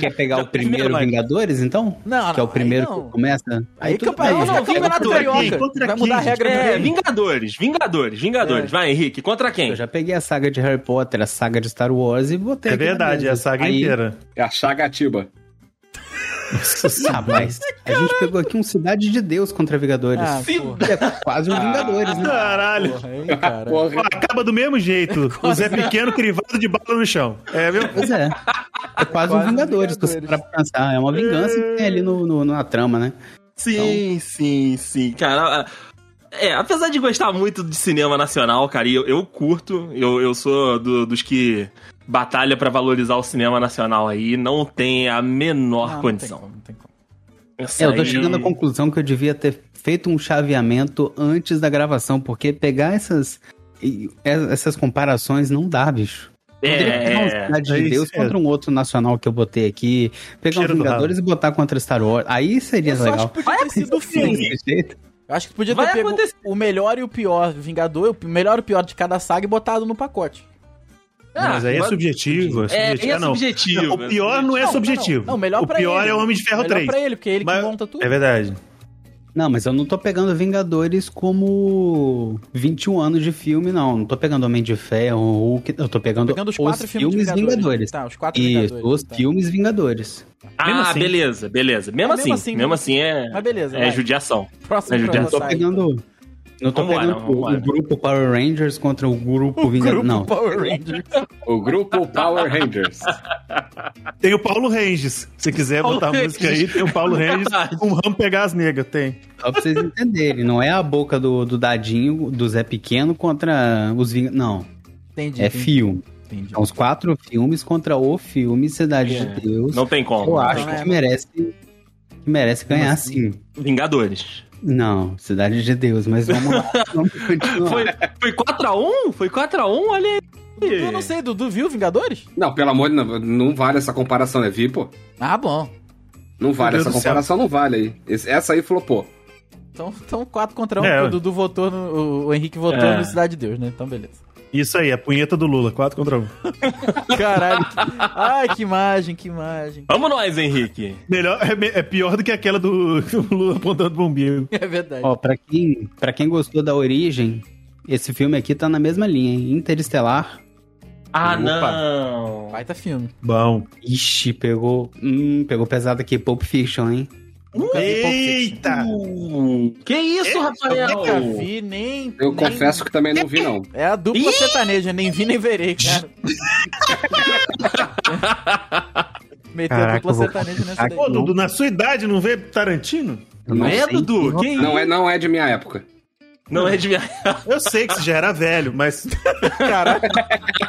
Speaker 4: Quer pegar o primeiro
Speaker 3: vai.
Speaker 4: Vingadores, então?
Speaker 1: Não, não.
Speaker 4: que é o primeiro
Speaker 1: aí
Speaker 4: que
Speaker 1: não.
Speaker 4: começa?
Speaker 1: Aí, que eu
Speaker 4: tudo
Speaker 1: parei.
Speaker 4: bem.
Speaker 1: Não, não, Campeonato
Speaker 2: Contra quem?
Speaker 1: Carioca.
Speaker 3: Contra
Speaker 1: Vai
Speaker 3: quem,
Speaker 1: mudar a
Speaker 3: gente?
Speaker 1: regra
Speaker 2: É,
Speaker 1: do game.
Speaker 2: Vingadores, Vingadores, Vingadores. Vai, Henrique, contra quem?
Speaker 4: Eu já peguei a saga de Harry Potter, a saga de Star Wars e botei
Speaker 3: É
Speaker 4: aqui na
Speaker 3: verdade, é
Speaker 4: mesa.
Speaker 3: a saga
Speaker 4: Aí-
Speaker 3: inteira.
Speaker 5: É a Chagatiba.
Speaker 4: [LAUGHS] Ah, mas a gente pegou aqui um Cidade de Deus contra Vingadores.
Speaker 1: Ah,
Speaker 2: Sim.
Speaker 1: porra,
Speaker 4: É quase um Vingadores, né?
Speaker 3: Caralho.
Speaker 1: porra, hein, cara.
Speaker 5: Porra,
Speaker 3: Acaba do mesmo
Speaker 4: [LAUGHS]
Speaker 3: jeito. o Zé Pequeno crivado de bala no chão. É, meu.
Speaker 4: Pois é. É quase
Speaker 1: quase
Speaker 4: um
Speaker 1: um
Speaker 4: Vingadores, se você parar
Speaker 1: Vingadores.
Speaker 4: pra pensar. É uma vingança que tem ali no, no- na trama, né?
Speaker 2: Sim, sim, sim, cara. É, apesar de gostar muito de cinema nacional, cara, e eu, eu curto, eu, eu sou do- dos que batalha pra valorizar o cinema nacional aí, não tem a
Speaker 1: Ah,
Speaker 2: menor
Speaker 1: não
Speaker 2: condição.
Speaker 1: tem como, não tem como.
Speaker 2: Essa
Speaker 4: É, eu tô
Speaker 2: aí-
Speaker 4: chegando à conclusão que eu devia ter feito um chaveamento antes da gravação, porque pegar essas, e- es- essas comparações não dá, bicho. Eu deveria pegar um
Speaker 2: É,
Speaker 4: Cidade
Speaker 3: é
Speaker 4: de
Speaker 3: isso,
Speaker 4: Deus
Speaker 3: é.
Speaker 4: contra um outro nacional que eu botei aqui, pegar um
Speaker 3: Cheiro do
Speaker 4: Vingadores e botar contra Star Wars. Aí seria
Speaker 1: Eu só acho
Speaker 4: legal. [LAUGHS]
Speaker 1: que podia ter sido o filme.
Speaker 4: Desse jeito.
Speaker 1: Eu acho que podia ter
Speaker 2: Vai
Speaker 1: pego
Speaker 2: acontecer.
Speaker 1: o melhor e o pior Vingador, o melhor e o pior de cada saga e botado no pacote. Ah,
Speaker 2: Ah,
Speaker 3: mas aí é subjetivo. É,
Speaker 2: É,
Speaker 3: subjetivo.
Speaker 2: é
Speaker 3: Ah, não.
Speaker 2: subjetivo,
Speaker 3: Não,
Speaker 2: é
Speaker 3: o pior não é
Speaker 1: Não,
Speaker 3: subjetivo.
Speaker 1: não, não. Não, melhor
Speaker 3: o
Speaker 1: pra
Speaker 3: pior
Speaker 1: ele.
Speaker 3: é o Homem de Ferro
Speaker 1: Melhor
Speaker 3: 3.
Speaker 1: pra ele, porque é ele que
Speaker 3: Mas-
Speaker 1: monta tudo.
Speaker 3: É verdade.
Speaker 4: Não, mas eu não tô pegando Vingadores como 21 anos de filme, não. Não tô pegando Homem de Ferro, Hulk. Eu tô pegando,
Speaker 1: Pegando os quatro filmes, de Vingadores.
Speaker 4: Vingadores.
Speaker 1: Tá, os quatro
Speaker 4: Isso,
Speaker 1: Vingadores.
Speaker 4: os
Speaker 1: tá.
Speaker 4: filmes Vingadores.
Speaker 2: Ah,
Speaker 3: Mesmo assim.
Speaker 2: beleza, beleza. Mesmo
Speaker 1: É,
Speaker 2: assim,
Speaker 1: mesmo
Speaker 2: mesmo
Speaker 1: assim,
Speaker 2: assim,
Speaker 1: né?
Speaker 2: é,
Speaker 1: Mas beleza,
Speaker 2: é
Speaker 1: vai.
Speaker 2: judiação.
Speaker 1: Próximo
Speaker 2: É,
Speaker 4: Eu
Speaker 1: programa
Speaker 2: Juliano,
Speaker 4: não tô
Speaker 1: sai.
Speaker 4: pegando. Não tô
Speaker 2: Vambora,
Speaker 4: pegando o-
Speaker 2: vambora.
Speaker 4: o grupo Power Rangers contra o grupo Vingadores.
Speaker 1: Grupo
Speaker 4: Não.
Speaker 1: Power Rangers.
Speaker 5: O grupo Power Rangers.
Speaker 3: Tem o Paulo Ranges. Se quiser
Speaker 2: Paulo
Speaker 3: botar a
Speaker 2: Ranges.
Speaker 3: música aí, tem
Speaker 2: [LAUGHS]
Speaker 3: o Paulo Ranges
Speaker 2: Verdade.
Speaker 3: com Ram Pegar as Negas. Tem.
Speaker 4: Só pra vocês entenderem. Não é a boca do, do Dadinho, do Zé Pequeno contra os Vingadores. Não.
Speaker 1: Entendi.
Speaker 4: É
Speaker 1: entendi,
Speaker 4: filme.
Speaker 1: Entendi.
Speaker 4: São os quatro filmes contra o filme Cidade
Speaker 2: É.
Speaker 4: de Deus.
Speaker 2: Não tem como.
Speaker 4: Eu acho
Speaker 1: Não é,
Speaker 4: que merece, que merece ganhar sim.
Speaker 2: Vingadores.
Speaker 4: Não, Cidade de Deus, mas vamos lá. vamos continuar.
Speaker 2: Foi, foi 4x1? Foi 4x1? Olha aí.
Speaker 1: Eu não sei, Dudu viu Vingadores?
Speaker 5: Não, pelo amor de Deus, não vale essa comparação, né, Vi, pô?
Speaker 1: Ah, bom.
Speaker 5: Não vale,
Speaker 3: Meu Deus
Speaker 5: essa
Speaker 3: do céu.
Speaker 5: comparação não vale aí. Esse- essa aí flopou.
Speaker 1: Então, então quatro contra um,
Speaker 3: É.
Speaker 1: porque o Dudu votou no. O, o Henrique votou
Speaker 2: É.
Speaker 1: no Cidade de Deus, né? Então beleza.
Speaker 3: Isso aí, a punheta do Lula. 4 contra 1.
Speaker 1: Caralho. que- Ai, que imagem, que imagem.
Speaker 2: Vamos nós, Henrique.
Speaker 3: Melhor, é, me- é pior do que aquela do, [LAUGHS] do Lula apontando bombeiro.
Speaker 1: É verdade.
Speaker 4: Ó, pra quem, pra quem gostou da origem, esse filme aqui tá na mesma linha, hein? Interestelar.
Speaker 2: Ah,
Speaker 3: Opa.
Speaker 2: não.
Speaker 1: Baita filme.
Speaker 3: Bom.
Speaker 4: Ixi, pegou. Hum, pegou pesado aqui, Pulp Fiction, hein?
Speaker 1: Nunca vi Pulp Fiction.
Speaker 3: Eita!
Speaker 2: Uh, que isso,
Speaker 1: Eu
Speaker 3: é
Speaker 2: Rafael?
Speaker 1: nunca vi, nem.
Speaker 5: Eu
Speaker 1: nem-
Speaker 5: confesso que também não vi, não.
Speaker 1: É a dupla sertaneja, nem vi nem verei, cara. Meteu a
Speaker 4: Caraca,
Speaker 1: dupla
Speaker 4: eu vou
Speaker 1: sertaneja nessa
Speaker 4: confessar
Speaker 1: daí.
Speaker 3: Pô, Dudu, na sua idade não vê Tarantino?
Speaker 4: Eu não
Speaker 2: é,
Speaker 4: sei.
Speaker 2: Dudu? Que isso?
Speaker 5: Não é, não é de minha época.
Speaker 2: Não é de minha.
Speaker 3: Eu sei que você já era velho, mas. [LAUGHS] Caraca.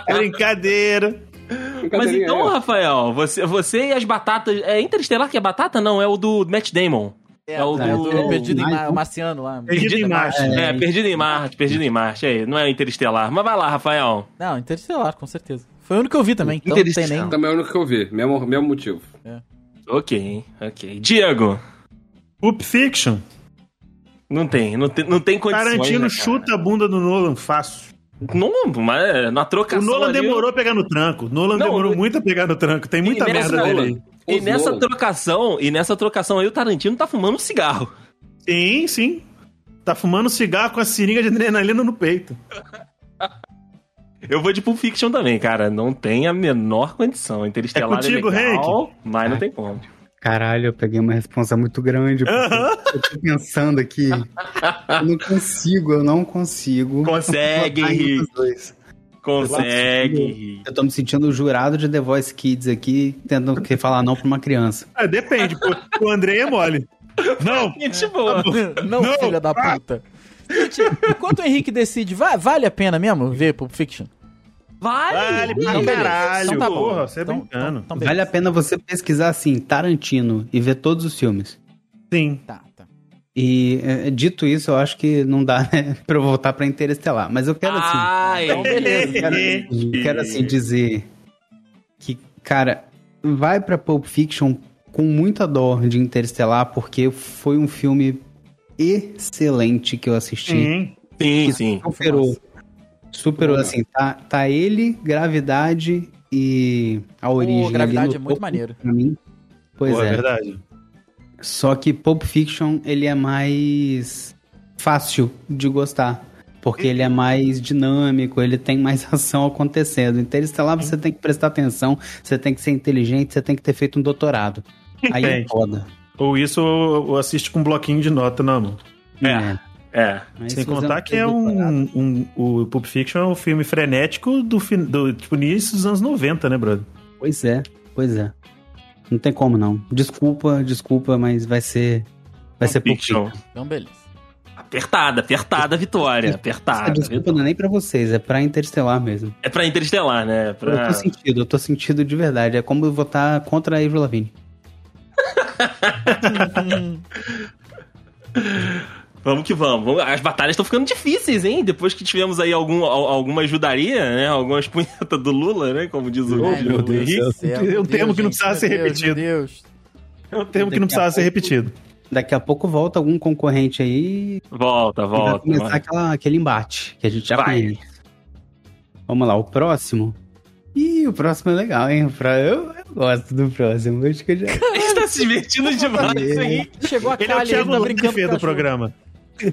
Speaker 3: é Brincadeira.
Speaker 2: Mas
Speaker 5: Brincadeirinha
Speaker 2: então,
Speaker 5: aí, ó.
Speaker 2: Rafael, você, você e as batatas. É Interestelar que é batata? Não, é o do Matt Damon.
Speaker 1: É,
Speaker 2: É o
Speaker 1: tá, eu tô
Speaker 2: do-
Speaker 1: perdido em
Speaker 4: Mais
Speaker 1: Mar-
Speaker 4: um.
Speaker 1: Marciano lá.
Speaker 3: Perdido em marcha.
Speaker 2: É, perdido em Marte, perdido em Marte. É, não é Interestelar. Mas vai lá, Rafael.
Speaker 1: é, Não, Interestelar, com certeza. Foi o único que eu vi também, então não tem nem.
Speaker 2: Interestelar.
Speaker 5: Também é o único que eu vi, mesmo, mesmo motivo.
Speaker 2: Ok, ok. Diego,
Speaker 3: Pulp Fiction.
Speaker 2: não tem, não tem, não tem condições.
Speaker 3: Tarantino
Speaker 2: né, cara?
Speaker 3: chuta a bunda do Nolan fácil.
Speaker 2: Não, mas é, na
Speaker 3: O
Speaker 2: trocação.
Speaker 3: Nolan
Speaker 2: ali,
Speaker 3: demorou a pegar no tranco. O Nolan
Speaker 2: Não,
Speaker 3: demorou
Speaker 2: eu-
Speaker 3: muito a pegar no tranco. Tem muita
Speaker 2: nessa
Speaker 3: merda
Speaker 2: Nolan.
Speaker 3: dele. aí.
Speaker 2: E
Speaker 5: Os
Speaker 2: nessa
Speaker 5: Nolan.
Speaker 2: trocação, e nessa trocação aí, o Tarantino tá fumando um cigarro.
Speaker 3: Sim, sim. Tá fumando cigarro com a seringa de adrenalina no peito.
Speaker 2: Eu vou de Pulp Fiction também, cara. Não tem a menor condição. Interestelar é,
Speaker 3: É contigo,
Speaker 2: legal, mas não tem como.
Speaker 4: Caralho, eu peguei uma responsa muito grande. pô. Eu tô pensando aqui. Eu não consigo, eu não consigo.
Speaker 2: Consegue,
Speaker 4: Ai,
Speaker 2: Henrique.
Speaker 4: os dois.
Speaker 2: Consegue. Henrique.
Speaker 4: Eu tô me sentindo o jurado de The Voice Kids aqui, tentando que falar não pra uma criança.
Speaker 3: Ah, depende. pô. O Andrei é mole. Não,
Speaker 2: Gente
Speaker 1: Tá
Speaker 2: boa.
Speaker 1: [LAUGHS] Não,
Speaker 3: Não.
Speaker 1: filha da puta. Gente, enquanto o Henrique decide, va- vale a pena mesmo ver Pulp Fiction?
Speaker 2: Vale,
Speaker 3: vale pra
Speaker 1: beleza.
Speaker 3: caralho.
Speaker 1: Então tá bom.
Speaker 3: Porra, você é
Speaker 1: Então-
Speaker 3: brincando.
Speaker 1: Então,
Speaker 4: Vale
Speaker 1: beleza.
Speaker 4: a pena você pesquisar assim, Tarantino, e ver todos os filmes.
Speaker 3: Sim.
Speaker 1: Tá, tá.
Speaker 4: E é, dito isso, eu acho que não dá, né, [LAUGHS] pra eu voltar pra Interestelar. Mas eu quero assim.
Speaker 2: Ai,
Speaker 1: Então, beleza.
Speaker 4: Quero, quero assim dizer que, cara, vai pra Pulp Fiction com muita dor de Interestelar, porque foi um filme excelente que eu assisti.
Speaker 3: Sim.
Speaker 2: sim, sim.
Speaker 4: superou. Superou, assim, tá, tá ele, gravidade e a origem.
Speaker 1: Pô,
Speaker 4: ali
Speaker 1: gravidade
Speaker 4: no
Speaker 1: é muito
Speaker 4: topo,
Speaker 1: maneiro.
Speaker 4: Pra mim. Pois
Speaker 3: Pô, é
Speaker 4: é.
Speaker 3: verdade.
Speaker 4: Só que Pulp Fiction, ele é mais fácil de gostar. Porque ele é mais dinâmico, ele tem mais [LAUGHS] ação acontecendo. Então, Interestelar, você tem que prestar atenção, você tem que ser inteligente, você tem que ter feito um doutorado. Aí é
Speaker 3: Tem.
Speaker 4: foda.
Speaker 3: Ou isso ou, ou assiste com um bloquinho de nota na mão.
Speaker 2: É, é.
Speaker 4: Mas
Speaker 3: Sem
Speaker 4: se você não
Speaker 3: contar que
Speaker 4: fez
Speaker 3: é
Speaker 4: doutorado-
Speaker 3: um, um- O Pulp Fiction é um filme frenético do, fin- do tipo, início dos anos 90, né, brother?
Speaker 4: Pois é, pois é. Não tem como não. Desculpa, desculpa, mas vai ser. Vai ser Pulp Fiction.
Speaker 2: Fiction.
Speaker 1: Então,
Speaker 4: [LAUGHS]
Speaker 1: beleza.
Speaker 2: Apertada, apertada a vitória.
Speaker 4: Essa
Speaker 2: Apertada.
Speaker 3: então.
Speaker 4: desculpa não é nem pra vocês, é pra Interestelar mesmo.
Speaker 2: É pra Interestelar, né? É
Speaker 4: Eu
Speaker 2: Pra...
Speaker 4: tô assim. sentido, eu tô sentido de verdade. É como eu votar contra a Avril Lavigne.
Speaker 2: Vamos que vamos. vamos. As batalhas estão ficando difíceis, hein? Depois que tivemos aí algum, al- alguma ajudaria, né? Algumas punhetas do Lula, né? Como diz o.
Speaker 1: Ai,
Speaker 3: meu
Speaker 2: o
Speaker 3: Deus.
Speaker 2: Henrique.
Speaker 1: do céu,
Speaker 3: Eu
Speaker 1: meu
Speaker 3: temo um que não
Speaker 1: gente,
Speaker 3: precisava
Speaker 1: meu
Speaker 3: ser
Speaker 1: Deus,
Speaker 3: repetido.
Speaker 1: Meu Deus.
Speaker 3: É um termo que não
Speaker 4: Daqui a
Speaker 3: precisava ser
Speaker 4: pouco-
Speaker 3: repetido.
Speaker 4: Daqui a pouco volta algum concorrente aí
Speaker 2: Volta,
Speaker 4: e vai
Speaker 2: volta.
Speaker 4: começar
Speaker 2: mano.
Speaker 4: aquela, aquele embate que a gente já
Speaker 2: Vai.
Speaker 4: conhece. Vamos lá, o próximo. Ih, o próximo é legal, hein? Pra- Eu, eu gosto do próximo. Eu acho que eu já... [LAUGHS]
Speaker 2: A gente tá se divertindo demais hein?
Speaker 1: Tá Chegou a
Speaker 3: Ele é o
Speaker 1: Kali,
Speaker 3: Thiago
Speaker 1: tá brincando com
Speaker 3: Leifert
Speaker 1: o cachorro.
Speaker 3: do programa.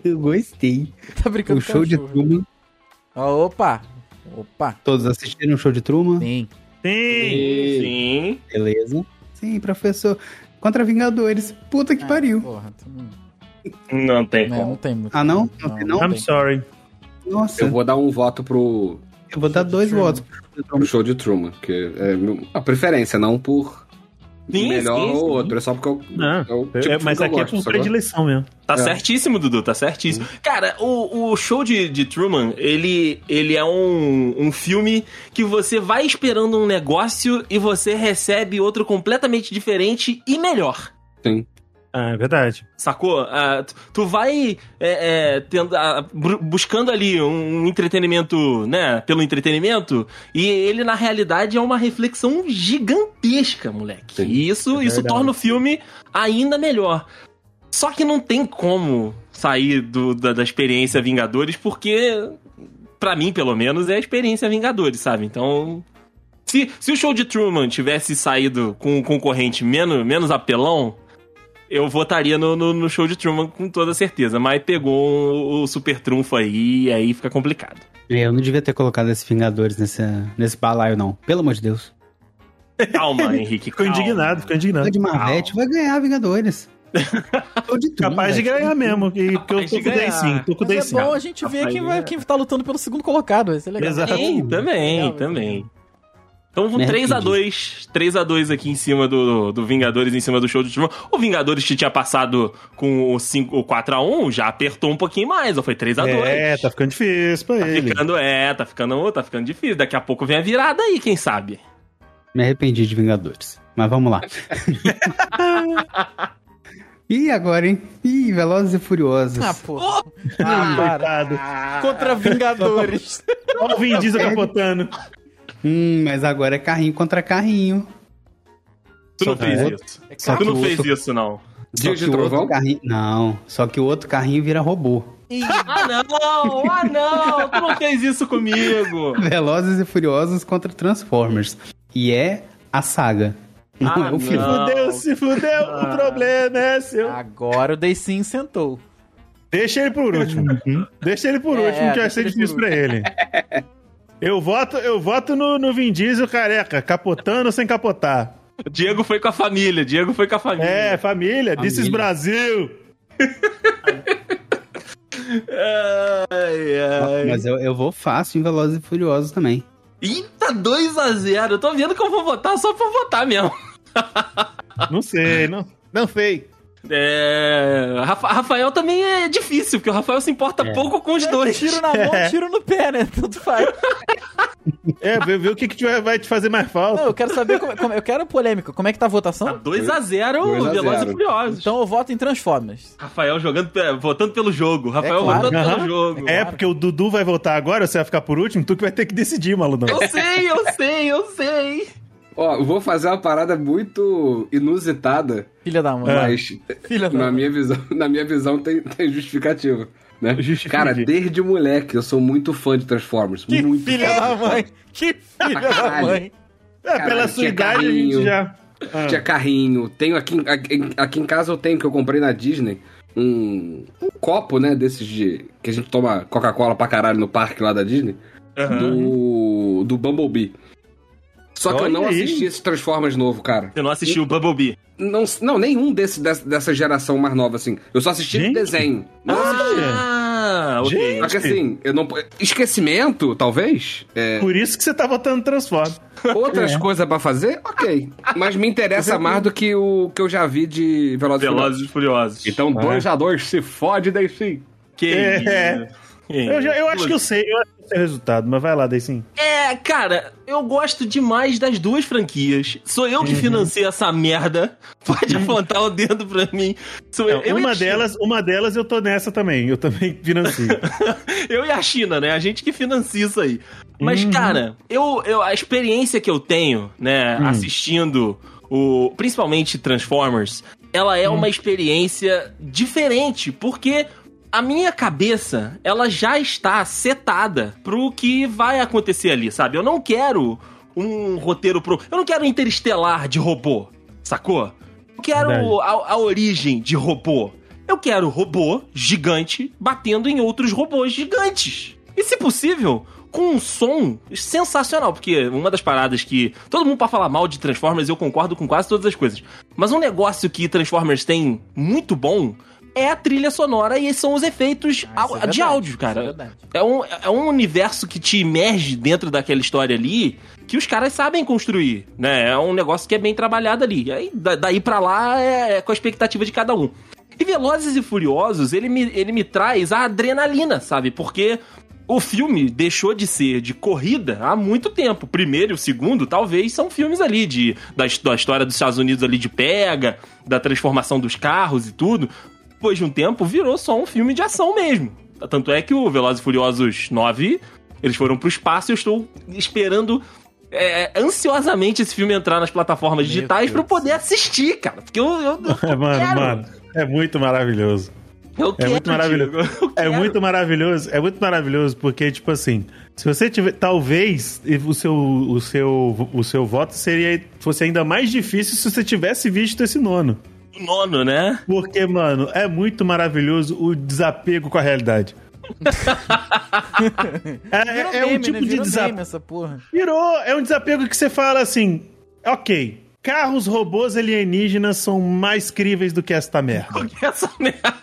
Speaker 4: eu gostei.
Speaker 1: Tá brincando
Speaker 4: O
Speaker 1: com
Speaker 4: show de
Speaker 1: cachorro.
Speaker 4: Truman.
Speaker 1: Ó, Opa, opa.
Speaker 4: Todos assistiram o show de Truman?
Speaker 1: Sim.
Speaker 3: Sim.
Speaker 2: Sim.
Speaker 4: Beleza. Sim, professor. Contra Vingadores. Puta que pariu.
Speaker 1: Porra, tu não-
Speaker 2: Não tem
Speaker 1: é, não
Speaker 2: como.
Speaker 1: tem muito.
Speaker 4: Ah, não? Não tem, não?
Speaker 3: I'm sorry.
Speaker 4: Nossa,
Speaker 5: Eu
Speaker 4: eu vou,
Speaker 5: vou dar um voto pro,
Speaker 4: dar dois
Speaker 1: Truman.
Speaker 4: votos pro show de
Speaker 5: pro
Speaker 4: Truman.
Speaker 5: show de Truman, que é meu- a preferência, não por
Speaker 2: Sim,
Speaker 5: melhor
Speaker 2: sim, sim.
Speaker 5: ou outro, é só porque eu,
Speaker 3: Não,
Speaker 5: é o tipo
Speaker 3: É,
Speaker 5: de filme
Speaker 3: mas
Speaker 5: que eu
Speaker 3: aqui é
Speaker 5: gosto,
Speaker 3: por
Speaker 5: sacou?
Speaker 3: predileção mesmo.
Speaker 2: Tá
Speaker 5: É. Uhum.
Speaker 2: certíssimo, Dudu, tá certíssimo. Cara, o, o show de, de Truman, ele, ele é um, um filme que você vai esperando um negócio e você recebe outro completamente diferente e melhor.
Speaker 3: Ah, é verdade.
Speaker 2: Sacou? Ah, tu, tu vai é, é, tendo- ah, bru- buscando ali um entretenimento, né? Pelo entretenimento, e ele, na realidade, é uma reflexão gigantesca, moleque.
Speaker 5: Sim,
Speaker 2: e isso,
Speaker 3: é
Speaker 2: isso
Speaker 3: verdade.
Speaker 2: torna o filme ainda melhor. Só que não tem como sair do- da, da experiência Vingadores, porque, pra mim, pelo menos, é a experiência Vingadores, sabe? Então. Se, se o show de Truman tivesse saído com um concorrente menos, menos apelão, eu votaria no, no, no show de Truman com toda certeza, mas pegou um, o- o super trunfo aí e aí fica
Speaker 3: [LAUGHS]
Speaker 2: complicado.
Speaker 4: É, Eu não devia ter colocado esses Vingadores nesse, nesse balaio, não. Pelo amor de Deus.
Speaker 2: Calma, Henrique.
Speaker 3: Ficou
Speaker 2: calma.
Speaker 3: indignado, ficou indignado.
Speaker 4: Vai Tá de Marvete, vai ganhar Vingadores. show de Truman.
Speaker 3: Capaz de
Speaker 4: velho.
Speaker 3: ganhar mesmo. E, porque eu
Speaker 2: Capaz
Speaker 3: tô
Speaker 2: de
Speaker 3: com o Day
Speaker 2: ganhar.
Speaker 3: sim. Tô com o Day
Speaker 1: Mas é
Speaker 3: sim.
Speaker 1: bom a gente ver
Speaker 2: Rapaz,
Speaker 1: quem, vai,
Speaker 2: é.
Speaker 1: quem tá lutando pelo segundo colocado. Vai ser legal.
Speaker 3: Exato.
Speaker 2: Sim, também,
Speaker 1: Legal,
Speaker 2: também. Então
Speaker 4: Merda,
Speaker 2: 3x2. 3x2 aqui em cima do, do Vingadores, em cima do show de Truman. O Vingadores que tinha passado com o, 5 o 4x1 já apertou um pouquinho mais, ó. Foi 3x2.
Speaker 3: É, tá ficando difícil pra
Speaker 2: Tá
Speaker 3: ele.
Speaker 2: ficando, é, tá ficando, tá ficando difícil. Daqui a pouco vem a virada aí, quem sabe?
Speaker 4: Me arrependi de Vingadores. Mas vamos lá. Ih, agora, hein? Ih, Velozes e Furiosos.
Speaker 1: Ah, porra.
Speaker 3: Ah,
Speaker 1: Ah, para.
Speaker 3: coitado.
Speaker 1: Contra Vingadores.
Speaker 3: Olha o Vin Diesel capotando.
Speaker 4: Hum, mas agora é carrinho contra carrinho.
Speaker 2: Tu não
Speaker 3: Só
Speaker 2: fez
Speaker 4: que-
Speaker 2: isso.
Speaker 4: Só
Speaker 2: Tu não
Speaker 4: que o
Speaker 2: fez
Speaker 4: outro-
Speaker 2: isso, não.
Speaker 4: Só
Speaker 5: Dia
Speaker 4: que
Speaker 5: de
Speaker 4: o outro
Speaker 5: Trovão?
Speaker 4: carrinho... Não, só que o outro carrinho vira robô.
Speaker 2: Ah, não! Ah, não! Tu não fez isso [LAUGHS] comigo!
Speaker 4: Velozes e Furiosos contra Transformers. E é a saga. Não
Speaker 2: Ah,
Speaker 4: é o filme.
Speaker 2: não. Ah.
Speaker 3: Fudeu, se fudeu. O problema é seu.
Speaker 1: Agora o Day Sim sentou.
Speaker 3: Deixa ele por último.
Speaker 2: Uhum.
Speaker 3: Deixa ele por
Speaker 1: É,
Speaker 3: último, que vai
Speaker 1: deixa
Speaker 3: ser
Speaker 1: ele por
Speaker 3: difícil pra ele. Eu voto, eu voto no, no Vin Diesel careca, capotando ou sem capotar.
Speaker 2: Diego foi com a família, Diego foi com a família.
Speaker 3: É, família, this is
Speaker 4: Família.
Speaker 3: Brasil.
Speaker 4: Mas eu, eu vou fácil em Velozes e Furiosos também.
Speaker 2: Eita, 2x0. Eu tô vendo que eu vou votar só pra votar mesmo.
Speaker 3: Não sei, não. Não sei.
Speaker 2: É. Rafa- Rafael também é difícil, porque o Rafael se importa pouco com os dois.
Speaker 1: É, Tiro na mão, tiro no pé, né? Tanto faz.
Speaker 3: É, vê, vê o que, que te vai, vai te fazer mais falta.
Speaker 1: Não, eu quero saber como, como- eu quero polêmica. Como é que tá a votação?
Speaker 2: 2x0,
Speaker 5: 2 a 0.
Speaker 2: Velozes e Furiosos.
Speaker 1: Então eu voto em Transformers.
Speaker 2: Rafael jogando, é, votando pelo jogo. Rafael
Speaker 1: claro.
Speaker 2: votando pelo
Speaker 3: É Aham.
Speaker 2: jogo.
Speaker 3: É, porque o Dudu vai voltar agora, você vai ficar por último, tu que vai ter que decidir, maluco.
Speaker 2: Eu sei, eu sei, eu sei.
Speaker 5: Ó, eu vou fazer uma parada muito inusitada,
Speaker 1: Filha da
Speaker 3: É.
Speaker 1: mãe.
Speaker 5: mas
Speaker 1: Filha da
Speaker 5: na
Speaker 1: mãe.
Speaker 5: minha visão, [LAUGHS] na minha visão tem, tem justificativa. Né?
Speaker 3: Justifique.
Speaker 5: Cara, desde moleque eu sou muito fã de Transformers.
Speaker 1: Que
Speaker 5: muito
Speaker 1: filha
Speaker 5: fã.
Speaker 1: da mãe. Que filha da
Speaker 5: Caralho.
Speaker 1: mãe.
Speaker 3: É,
Speaker 5: Caralho,
Speaker 3: pela sua
Speaker 5: tinha
Speaker 3: idade a
Speaker 5: carrinho.
Speaker 3: gente já. Ah,
Speaker 5: Tinha carrinho. Tenho aqui, em- aqui, em- aqui em casa eu tenho, que eu comprei na Disney, um, um copo, né, desses de... Que a gente toma Coca-Cola pra caralho no parque lá da Disney. Do, do Bumblebee. Só que eu não
Speaker 3: Olha aí.
Speaker 5: assisti esse Transformers novo, cara.
Speaker 2: Eu não assisti o Bumblebee.
Speaker 5: Não, não nenhum desse, dessa, dessa geração mais nova, assim. Eu só assisti
Speaker 3: Gente. Ah,
Speaker 5: desenho. Não assisti.
Speaker 2: Ah, ok.
Speaker 3: É. Gente.
Speaker 5: Só que assim, eu não. Esquecimento, talvez? É,
Speaker 3: Por isso que você tá votando Transformers. [LAUGHS]
Speaker 5: outras
Speaker 3: É.
Speaker 5: coisas pra fazer? Ok. Mas me interessa mais do que o que eu já vi de Velozes e Furiosos.
Speaker 2: Velozes e Furiosos.
Speaker 5: Então,
Speaker 3: Ah.
Speaker 5: dois a dois, se fode, daí sim.
Speaker 2: Que
Speaker 3: É.
Speaker 2: Que
Speaker 3: Eu, já- eu acho que eu
Speaker 2: isso.
Speaker 3: sei, eu acho que eu sei o resultado, mas vai lá, daí sim.
Speaker 2: É, cara, eu gosto demais das duas franquias. Sou eu que
Speaker 3: Uhum.
Speaker 2: financiei essa merda. [LAUGHS] Pode apontar o dedo pra mim. Sou eu,
Speaker 3: Não,
Speaker 2: eu e a
Speaker 3: uma,
Speaker 2: China.
Speaker 3: delas, uma delas eu tô nessa também, eu também [LAUGHS]
Speaker 5: [LAUGHS]
Speaker 3: financio.
Speaker 2: Eu e a China, né? A gente que financia isso
Speaker 3: Uhum. Uhum.
Speaker 2: aí. Mas, cara, eu, eu, a experiência que eu tenho, né, assistindo o, principalmente Transformers, ela é
Speaker 3: Uhum.
Speaker 2: uma experiência diferente, porque a minha cabeça, ela já está setada pro que vai acontecer ali, sabe? Eu não quero um roteiro pro... Eu não quero interestelar de robô, sacou? Eu quero
Speaker 3: Verdade.
Speaker 2: a, a origem de robô. Eu quero robô gigante batendo em outros robôs gigantes. E se possível, com um som sensacional. Porque uma das paradas que. Todo mundo pra falar mal de Transformers, eu concordo com quase todas as coisas. Mas um negócio que Transformers tem muito bom é a trilha sonora e são os efeitos au-
Speaker 1: isso é
Speaker 2: de
Speaker 1: verdade,
Speaker 2: áudio,
Speaker 1: isso
Speaker 2: cara.
Speaker 1: é verdade.
Speaker 2: É um, é um universo que te imerge dentro daquela história ali que os caras sabem construir, né? É um negócio que é bem trabalhado ali. E Aí, da- daí pra lá é, é com a expectativa de cada um. E Velozes e Furiosos, ele me, ele me traz a adrenalina, sabe? Porque o filme deixou de ser de corrida há muito tempo. O Primeiro e o segundo, talvez, são filmes ali de, da, his- da história dos Estados Unidos ali de pega, da transformação dos carros e tudo. Depois de um tempo, virou só um filme de ação mesmo. Tanto é que o Velozes e Furiosos 9, eles foram pro espaço e eu estou esperando é, ansiosamente esse filme entrar nas plataformas digitais pra eu poder assistir, cara. Porque eu, eu, eu
Speaker 3: É, mano,
Speaker 2: quero.
Speaker 3: mano, é muito maravilhoso.
Speaker 2: Eu
Speaker 3: É
Speaker 2: quero,
Speaker 3: muito maravilhoso.
Speaker 2: Diego, [LAUGHS] eu
Speaker 3: É
Speaker 2: quero.
Speaker 3: muito maravilhoso, é muito maravilhoso, porque, tipo assim, se você tiver. Talvez o seu, o seu, o seu voto seria, fosse ainda mais difícil se você tivesse visto esse nono.
Speaker 2: O nono, né?
Speaker 3: Porque, mano, é muito maravilhoso o desapego com a realidade.
Speaker 1: [LAUGHS] Virou
Speaker 3: é, é um
Speaker 1: meme,
Speaker 3: tipo
Speaker 1: né?
Speaker 3: de
Speaker 1: Virou
Speaker 3: desapego.
Speaker 1: meme essa porra.
Speaker 3: Virou, é um desapego que você fala assim, ok, carros, robôs, alienígenas são mais críveis do que esta merda.
Speaker 2: [LAUGHS] Essa merda.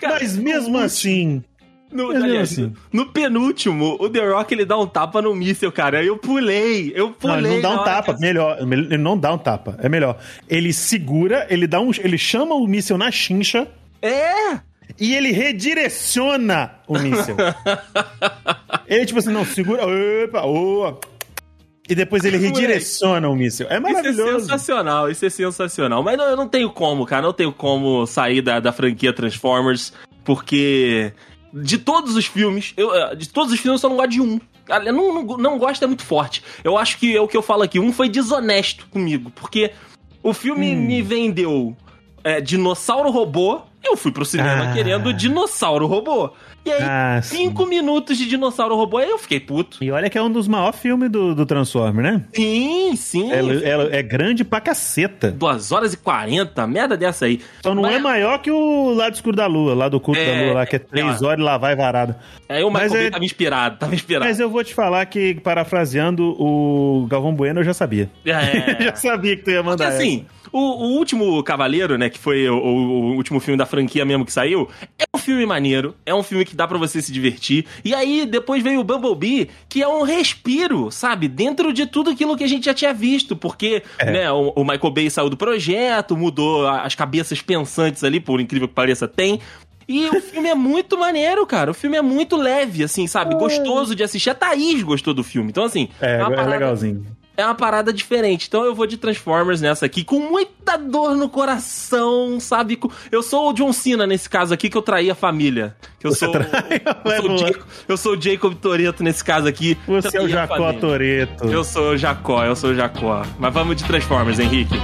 Speaker 2: Cara,
Speaker 3: Mas mesmo assim,
Speaker 2: no,
Speaker 3: mesmo
Speaker 2: aliás,
Speaker 3: assim.
Speaker 2: no penúltimo, o The Rock ele dá um tapa no míssil, cara. Eu pulei, eu
Speaker 3: não,
Speaker 2: pulei.
Speaker 3: ele não dá
Speaker 2: na
Speaker 3: um
Speaker 2: hora
Speaker 3: tapa,
Speaker 2: que-
Speaker 3: melhor, ele não dá um tapa, é melhor. Ele segura, ele dá um, ele chama o míssil na chincha
Speaker 2: É!
Speaker 3: e ele redireciona
Speaker 2: [LAUGHS]
Speaker 3: o míssil. ele tipo assim, não, segura, opa, ô. E depois ele
Speaker 2: Moleque.
Speaker 3: redireciona o míssil.
Speaker 2: Isso
Speaker 3: É
Speaker 2: é
Speaker 3: maravilhoso.
Speaker 2: sensacional, isso é sensacional. Mas não, eu não tenho como, cara. Não tenho como sair da, da franquia Transformers, porque de todos os filmes, eu, eh, de todos os filmes eu só não gosto de um. Ah, Eu não, não, não gosto é muito forte. Eu acho que é o que eu falo aqui. Um foi desonesto comigo, porque o filme
Speaker 3: Hum.
Speaker 2: me vendeu eh, dinossauro robô. Eu fui pro cinema
Speaker 3: Ah.
Speaker 2: querendo dinossauro robô. E aí,
Speaker 3: Ah, sim.
Speaker 2: cinco minutos de dinossauro robô, aí eu fiquei puto.
Speaker 3: E olha que é um dos maiores filmes do, do Transformer, né?
Speaker 2: Sim, sim.
Speaker 3: Ela, ela é grande pra caceta.
Speaker 2: duas horas e 40, merda dessa aí.
Speaker 3: Só não é
Speaker 2: Mas-
Speaker 3: maior que o Lado Escuro da Lua, lá do culto
Speaker 2: É,
Speaker 3: da Lua, lá que
Speaker 2: é,
Speaker 3: é três
Speaker 2: ó.
Speaker 3: horas e lá vai varada.
Speaker 2: Aí o Michael
Speaker 3: Mas
Speaker 2: Bay
Speaker 3: é-
Speaker 2: tava inspirado, tava inspirado.
Speaker 3: Mas eu vou te falar que, parafraseando o Galvão Bueno, eu já sabia.
Speaker 2: [LAUGHS] É.
Speaker 3: [LAUGHS] Eu já sabia que tu ia
Speaker 2: Porque
Speaker 3: mandar
Speaker 2: assim, o, o último Cavaleiro, né, que foi o, o- o último filme da franquia mesmo que saiu, é um filme maneiro, é um filme que dá pra você se divertir. E aí depois veio o Bumblebee, que é um respiro, sabe, dentro de tudo aquilo que a gente já tinha visto, porque,
Speaker 3: É.
Speaker 2: né, o, o Michael Bay saiu do projeto, mudou a- as cabeças pensantes ali, por incrível que pareça, tem. E
Speaker 3: [LAUGHS]
Speaker 2: o filme é muito maneiro, cara. O filme é muito leve, assim, sabe? Gostoso de assistir. A Thaís gostou do filme. Então, assim,
Speaker 3: essa. É,
Speaker 2: uma
Speaker 3: é
Speaker 2: parada-
Speaker 3: legalzinho.
Speaker 2: é uma parada diferente. Então eu vou de Transformers nessa aqui, com muita dor no coração, sabe? Com- Eu sou o John Cena nesse caso aqui, que eu traí a família. Que eu sou. Eu
Speaker 3: É
Speaker 2: sou, o
Speaker 3: boa.
Speaker 2: Jacob, eu sou o Jacob Toreto nesse caso aqui.
Speaker 3: Você é
Speaker 2: traí
Speaker 3: o
Speaker 2: a
Speaker 3: Jacó
Speaker 2: família.
Speaker 3: Toreto.
Speaker 2: Eu sou o Jacó, eu sou o Jacó. Mas vamos de Transformers, Henrique.